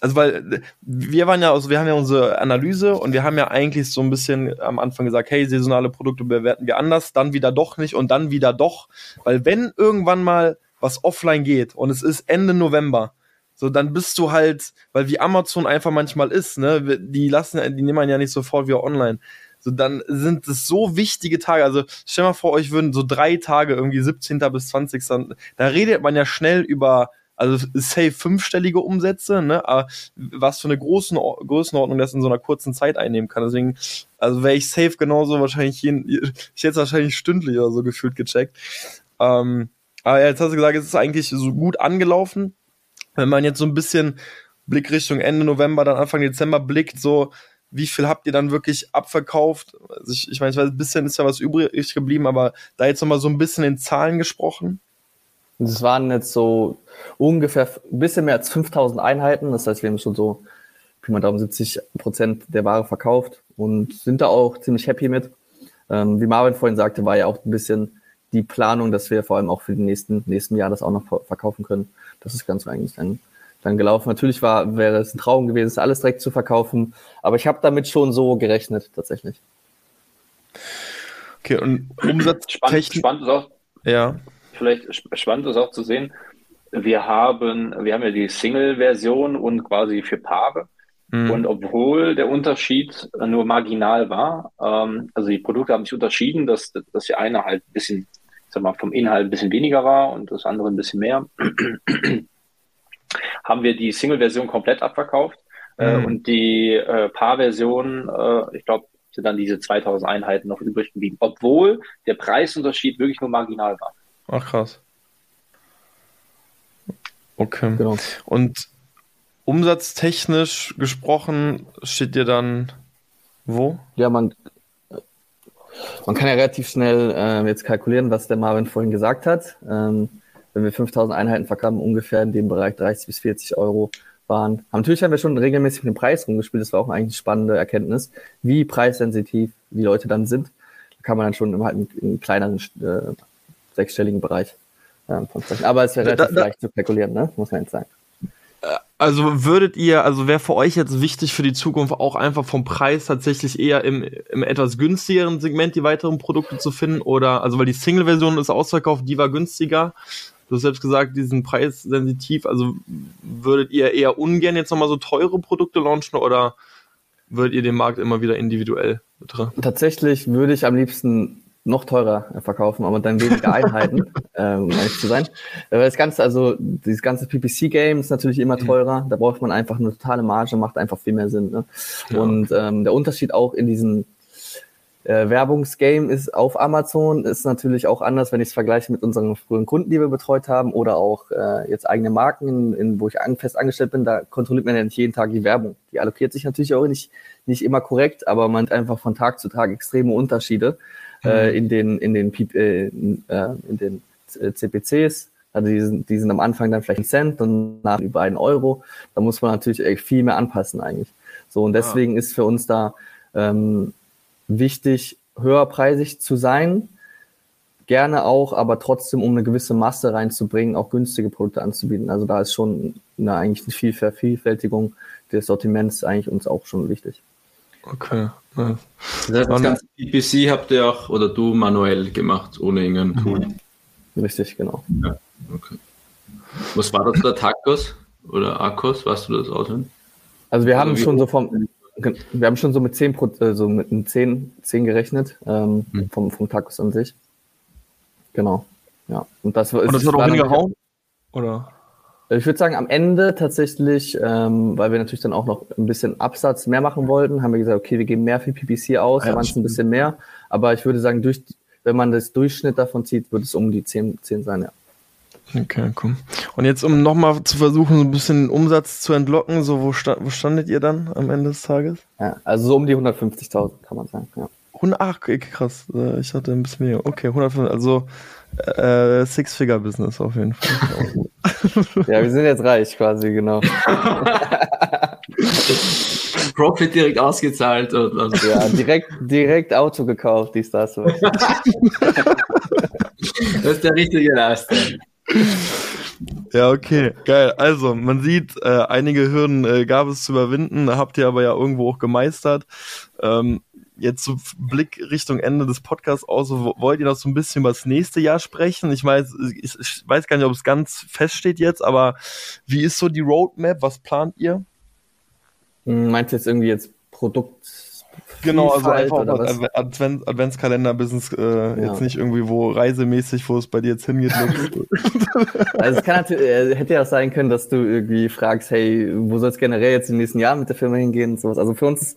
also weil äh, wir waren ja, also wir haben ja unsere Analyse und wir haben ja eigentlich so ein bisschen am Anfang gesagt, hey, saisonale Produkte bewerten wir anders, dann wieder doch nicht und dann wieder doch, weil wenn irgendwann mal was offline geht und es ist Ende November, so dann bist du halt, weil wie Amazon einfach manchmal ist, ne, wir- die lassen, ja- die nehmen ja nicht sofort wieder online. So, dann sind es so wichtige Tage. Also, stell mal vor, euch würden so drei Tage, irgendwie 17. bis 20. Da redet man ja schnell über, also, safe fünfstellige Umsätze, ne, aber was für eine großen Or- Größenordnung das in so einer kurzen Zeit einnehmen kann. Deswegen, also wäre ich safe genauso wahrscheinlich jeden, ich hätte es wahrscheinlich stündlich oder so gefühlt gecheckt. Ähm, aber ja, jetzt hast du gesagt, es ist eigentlich so gut angelaufen. Wenn man jetzt so ein bisschen Blick Richtung Ende November, dann Anfang Dezember blickt, so wie viel habt ihr dann wirklich abverkauft? Also ich, ich meine, ich weiß, ein bisschen ist ja was übrig geblieben, aber da jetzt nochmal so ein bisschen in Zahlen gesprochen.
Das waren jetzt so ungefähr f- ein bisschen mehr als 5000 Einheiten. Das heißt, wir haben schon so, Pi mal Daumen, 70 Prozent der Ware verkauft. und sind da auch ziemlich happy mit. Ähm, wie Marvin vorhin sagte, war ja auch ein bisschen die Planung, dass wir vor allem auch für die nächsten, nächsten Jahr das auch noch ver- verkaufen können. Das ist ganz eigentlich dann, dann gelaufen. Natürlich war, wäre es ein Traum gewesen, das alles direkt zu verkaufen, aber ich habe damit schon so gerechnet, tatsächlich.
Okay, und
Spannend,
Umsatztechnisch.
spannend ist auch,
Ja.
vielleicht sp- spannend ist auch zu sehen, wir haben, wir haben ja die Single-Version und quasi für Paare.
Mhm.
Und obwohl der Unterschied nur marginal war, ähm, also die Produkte haben sich unterschieden, dass, dass die eine halt ein bisschen, ich sag mal, vom Inhalt ein bisschen weniger war und das andere ein bisschen mehr, haben wir die Single-Version komplett abverkauft äh,
Mhm.
und die äh, Paar-Version, äh, ich glaube, sind dann diese 2000 Einheiten noch übrig geblieben, obwohl der Preisunterschied wirklich nur marginal war.
Ach krass. Okay.
Genau.
Und umsatztechnisch gesprochen steht ihr dann wo?
Ja, man, man kann ja relativ schnell ähm, jetzt kalkulieren, was der Marvin vorhin gesagt hat. Ähm, wenn wir 5000 Einheiten verkaufen, ungefähr in dem Bereich 30 bis 40 Euro waren. Aber natürlich haben wir schon regelmäßig mit dem Preis rumgespielt. Das war auch eigentlich eine spannende Erkenntnis, wie preissensitiv die Leute dann sind. Da kann man dann schon im, halt im kleineren äh, sechsstelligen Bereich ähm, von sprechen. Aber es wäre
Da-
relativ
da-
leicht zu kalkulieren, ne? muss man jetzt sagen.
Also würdet ihr, also wäre für euch jetzt wichtig für die Zukunft auch einfach vom Preis tatsächlich eher im, im etwas günstigeren Segment die weiteren Produkte zu finden oder, also weil die Single-Version ist ausverkauft, die war günstiger. Du hast selbst gesagt, die sind preissensitiv, also würdet ihr eher ungern jetzt nochmal so teure Produkte launchen oder würdet ihr den Markt immer wieder individuell betrachten?
Tatsächlich würde ich am liebsten noch teurer verkaufen, aber dann weniger Einheiten, ähm, um ehrlich zu sein. Aber das Ganze, also dieses ganze PPC-Game ist natürlich immer teurer. Da braucht man einfach eine totale Marge, macht einfach viel mehr Sinn. Ne?
Ja.
Und ähm, der Unterschied auch in diesem äh, Werbungsgame ist auf Amazon ist natürlich auch anders, wenn ich es vergleiche mit unseren früheren Kunden, die wir betreut haben, oder auch äh, jetzt eigene Marken, in, in, wo ich an, fest angestellt bin, da kontrolliert man ja nicht jeden Tag die Werbung. Die allokiert sich natürlich auch nicht, nicht immer korrekt, aber man hat einfach von Tag zu Tag extreme Unterschiede äh, in den in den Piep- äh, in, äh, in den äh, CPCs. Also die sind, die sind am Anfang dann vielleicht ein Cent und nach über einen Euro. Da muss man natürlich äh, viel mehr anpassen eigentlich. So und deswegen ist für uns da ähm, wichtig, höherpreisig zu sein, gerne auch, aber trotzdem, um eine gewisse Masse reinzubringen, auch günstige Produkte anzubieten. Also da ist schon eine, eigentlich eine Viel- Vervielfältigung des Sortiments eigentlich uns auch schon wichtig.
Okay. Ja.
Das heißt, das
Und-
ganze PPC habt ihr auch oder du manuell gemacht, ohne irgendeinen Tool.
Richtig, genau.
Okay. Was war das da? Tacos oder Akkus? Weißt du das auswendig?
Also wir
Also
haben
wie
schon so vom, wir haben schon so mit 10 Pro- äh, so mit einem 10, 10 gerechnet, ähm,
Hm.
vom, vom Tacos an sich. Genau. Ja. Und das, war-
Und das
es
hat
war
auch
dann-
hingehauen? Oder?
also Ich würde sagen, am Ende tatsächlich, ähm, weil wir natürlich dann auch noch ein bisschen Absatz mehr machen wollten, haben wir gesagt, okay, wir geben mehr für PPC aus,
Ja,
da waren es ein
stimmt.
bisschen mehr. Aber ich würde sagen, durch, wenn man das Durchschnitt davon zieht, wird es um die 10, 10 sein, ja.
Okay, cool. Und jetzt, um nochmal zu versuchen, so ein bisschen Umsatz zu entlocken, so wo, sta wo standet ihr dann am Ende des Tages?
ja. Also so um die 150.000 kann man sagen, ja.
100, ach, okay, krass. Äh, Ich hatte ein bisschen weniger. Okay, 105, also äh, Six-Figure-Business auf jeden Fall.
Ja, wir sind jetzt reich quasi, genau.
Profit direkt ausgezahlt und, und
Ja, direkt, direkt Auto gekauft, dies, das. was.
das ist der richtige Lifestyle.
ja, okay, geil. Also, man sieht, äh, einige Hürden äh, gab es zu überwinden, habt ihr aber ja irgendwo auch gemeistert. Ähm, jetzt so Blick Richtung Ende des Podcasts aus, so, wo- wollt ihr noch so ein bisschen über das nächste Jahr sprechen? Ich weiß, ich, ich weiß gar nicht, ob es ganz feststeht jetzt, aber wie ist so die Roadmap? Was plant ihr?
Hm, Meinst du jetzt irgendwie jetzt Produkt? Vielfalt
Genau, also einfach
oder
das
was?
Adve- Advent, Adventskalender-Business, äh,
Ja.
jetzt nicht irgendwie wo reisemäßig, wo es bei dir jetzt hingeht. Nix.
Also es kann natürlich, äh, hätte ja auch sein können, dass du irgendwie fragst, hey, wo soll es generell jetzt im nächsten Jahr mit der Firma hingehen und sowas. Also für uns,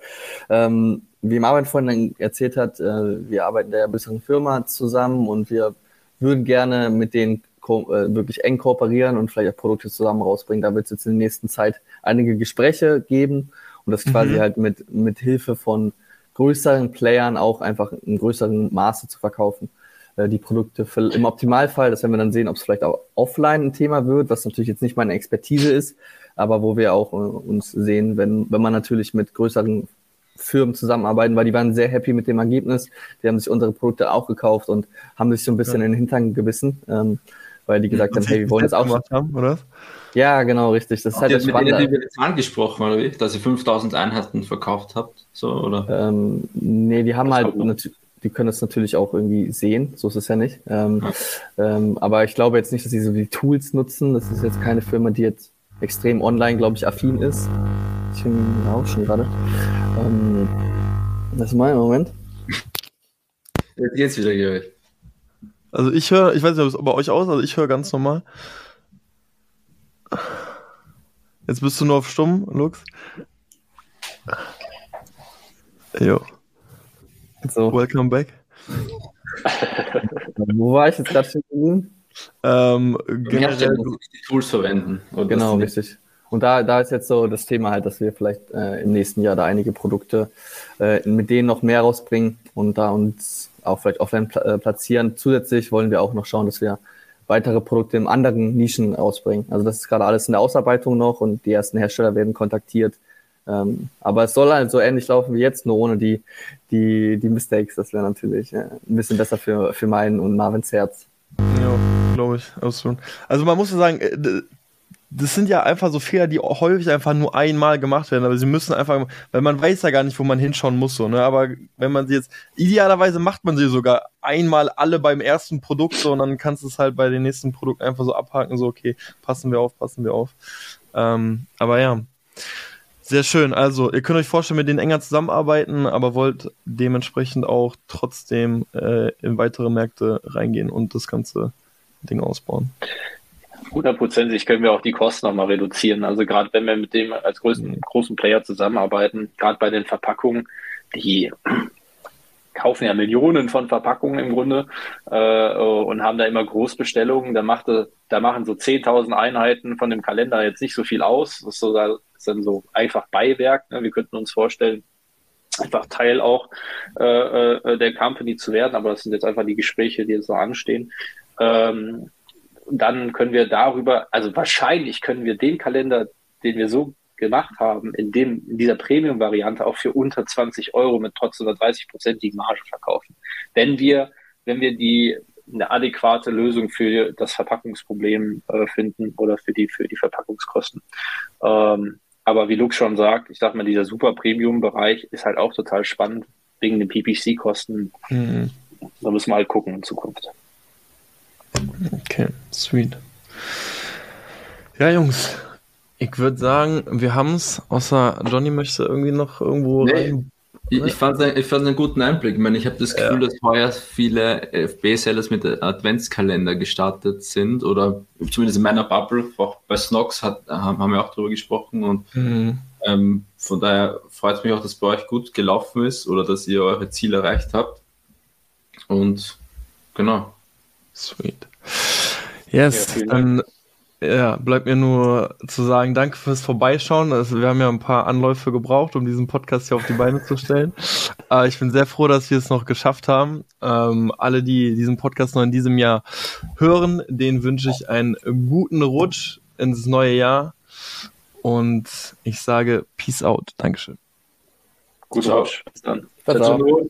ähm, wie Marvin vorhin erzählt hat, äh, wir arbeiten da ja ein bisschen Firma zusammen und wir würden gerne mit denen ko- äh, wirklich eng kooperieren und vielleicht auch Produkte zusammen rausbringen. Da wird es jetzt in der nächsten Zeit einige Gespräche geben und das quasi halt mit, mit Hilfe von größeren Playern auch einfach in größerem Maße zu verkaufen äh, die Produkte für, im Optimalfall, dass wenn wir dann sehen, ob es vielleicht auch offline ein Thema wird, was natürlich jetzt nicht meine Expertise ist, aber wo wir auch äh, uns sehen, wenn, wenn man natürlich mit größeren Firmen zusammenarbeiten, weil die waren sehr happy mit dem Ergebnis. Die haben sich unsere Produkte auch gekauft und haben sich so ein bisschen in den Hintern gebissen, ähm, weil die gesagt haben, hey, Also, wir wollen jetzt auch.
gemacht haben, oder?
Ja, genau, richtig. Das ist halt
Habt ihr
das
mit denen
Spannende.
über die Zahlen gesprochen, oder wie? Dass ihr 5000 Einheiten verkauft habt, so, oder?
Ähm, nee, die haben
Das
halt,
kommt noch.
natü- die können das natürlich auch irgendwie sehen, so ist es ja nicht. Ähm, ähm, aber ich glaube jetzt nicht, dass sie so die Tools nutzen. Das ist jetzt keine Firma, die jetzt extrem online, glaube ich, affin ist. Ich bin auch schon gerade. Ähm, das ist mein Moment.
Jetzt geht's wieder, glaube ich.
Also ich höre, ich weiß nicht, ob es bei euch aus, also ich höre ganz normal. Jetzt bist du nur auf stumm, Lux. Jo,
So,
welcome back.
wo war ich jetzt gerade stehen geblieben?
Ähm,
Hersteller,
generell,
dass sie die Tools verwenden. Und dass
Genau,
sie-
richtig. Und da, da ist jetzt so das Thema halt, dass wir vielleicht äh, im nächsten Jahr da einige Produkte äh, mit denen noch mehr rausbringen und da uns auch vielleicht offline pla äh, platzieren. Zusätzlich wollen wir auch noch schauen, dass wir weitere Produkte in anderen Nischen rausbringen. Also das ist gerade alles in der Ausarbeitung noch und die ersten Hersteller werden kontaktiert. Ähm, aber es soll halt so ähnlich laufen wie jetzt, nur ohne die, die, die Mistakes. Das wäre natürlich äh, ein bisschen besser für, für meinen und Marvins Herz.
ja, glaube ich, absolut. Also man muss ja sagen, äh, d- das sind ja einfach so Fehler, die häufig einfach nur einmal gemacht werden, aber sie müssen einfach, weil man weiß ja gar nicht, wo man hinschauen muss, so, ne? Aber wenn man sie jetzt, idealerweise macht man sie sogar einmal alle beim ersten Produkt so und dann kannst du es halt bei den nächsten Produkten einfach so abhaken, so, okay, passen wir auf, passen wir auf. Ähm, aber ja. Sehr schön. Also, ihr könnt euch vorstellen, mit denen enger zusammenarbeiten, aber wollt dementsprechend auch trotzdem äh, in weitere Märkte reingehen und das ganze Ding ausbauen.
Hundertprozentig können wir auch die Kosten nochmal reduzieren. Also gerade wenn wir mit dem als größten, großen Player zusammenarbeiten, gerade bei den Verpackungen, die kaufen ja Millionen von Verpackungen im Grunde äh, und haben da immer Großbestellungen. Da, macht, da machen so 10.000 Einheiten von dem Kalender jetzt nicht so viel aus. Das ist, so, das ist dann so einfach Beiwerk. Ne? Wir könnten uns vorstellen, einfach Teil auch äh, äh, der Company zu werden, aber das sind jetzt einfach die Gespräche, die jetzt noch anstehen. Ähm, dann können wir darüber, also wahrscheinlich können wir den Kalender, den wir so gemacht haben, in, dem, in dieser Premium-Variante auch für unter 20 Euro mit trotzdem einer 30-prozentigen Marge verkaufen. Wenn wir, wenn wir die eine adäquate Lösung für das Verpackungsproblem äh, finden oder für die, für die Verpackungskosten. Ähm, aber wie Lux schon sagt, ich sag mal, dieser super Premium-Bereich ist halt auch total spannend wegen den PPC-Kosten.
Mhm.
Da müssen wir halt gucken in Zukunft.
Okay, sweet. Ja, Jungs, ich würde sagen, wir haben's. Außer Johnny möchte irgendwie noch irgendwo
Nee.
rein.
Ich, ich, fand einen, ich fand einen guten Einblick. Ich meine, ich habe das Gefühl, dass heuer viele FB-Sellers mit Adventskalender gestartet sind oder zumindest in meiner Bubble, auch bei Snox hat, haben haben wir auch drüber gesprochen und
Mhm.
ähm, von daher freut es mich auch, dass bei euch gut gelaufen ist oder dass ihr eure Ziele erreicht habt. Und genau.
Sweet. Yes,
Ja, vielen
dann ja, bleibt mir nur zu sagen, danke fürs Vorbeischauen. Also, wir haben ja ein paar Anläufe gebraucht, um diesen Podcast hier auf die Beine zu stellen. Aber ich bin sehr froh, dass wir es noch geschafft haben. Ähm, alle, die diesen Podcast noch in diesem Jahr hören, denen wünsche ich einen guten Rutsch ins neue Jahr. Und ich sage Peace out. Dankeschön.
Gute
Ciao.
Rutsch. Bis dann.
Ciao, ciao.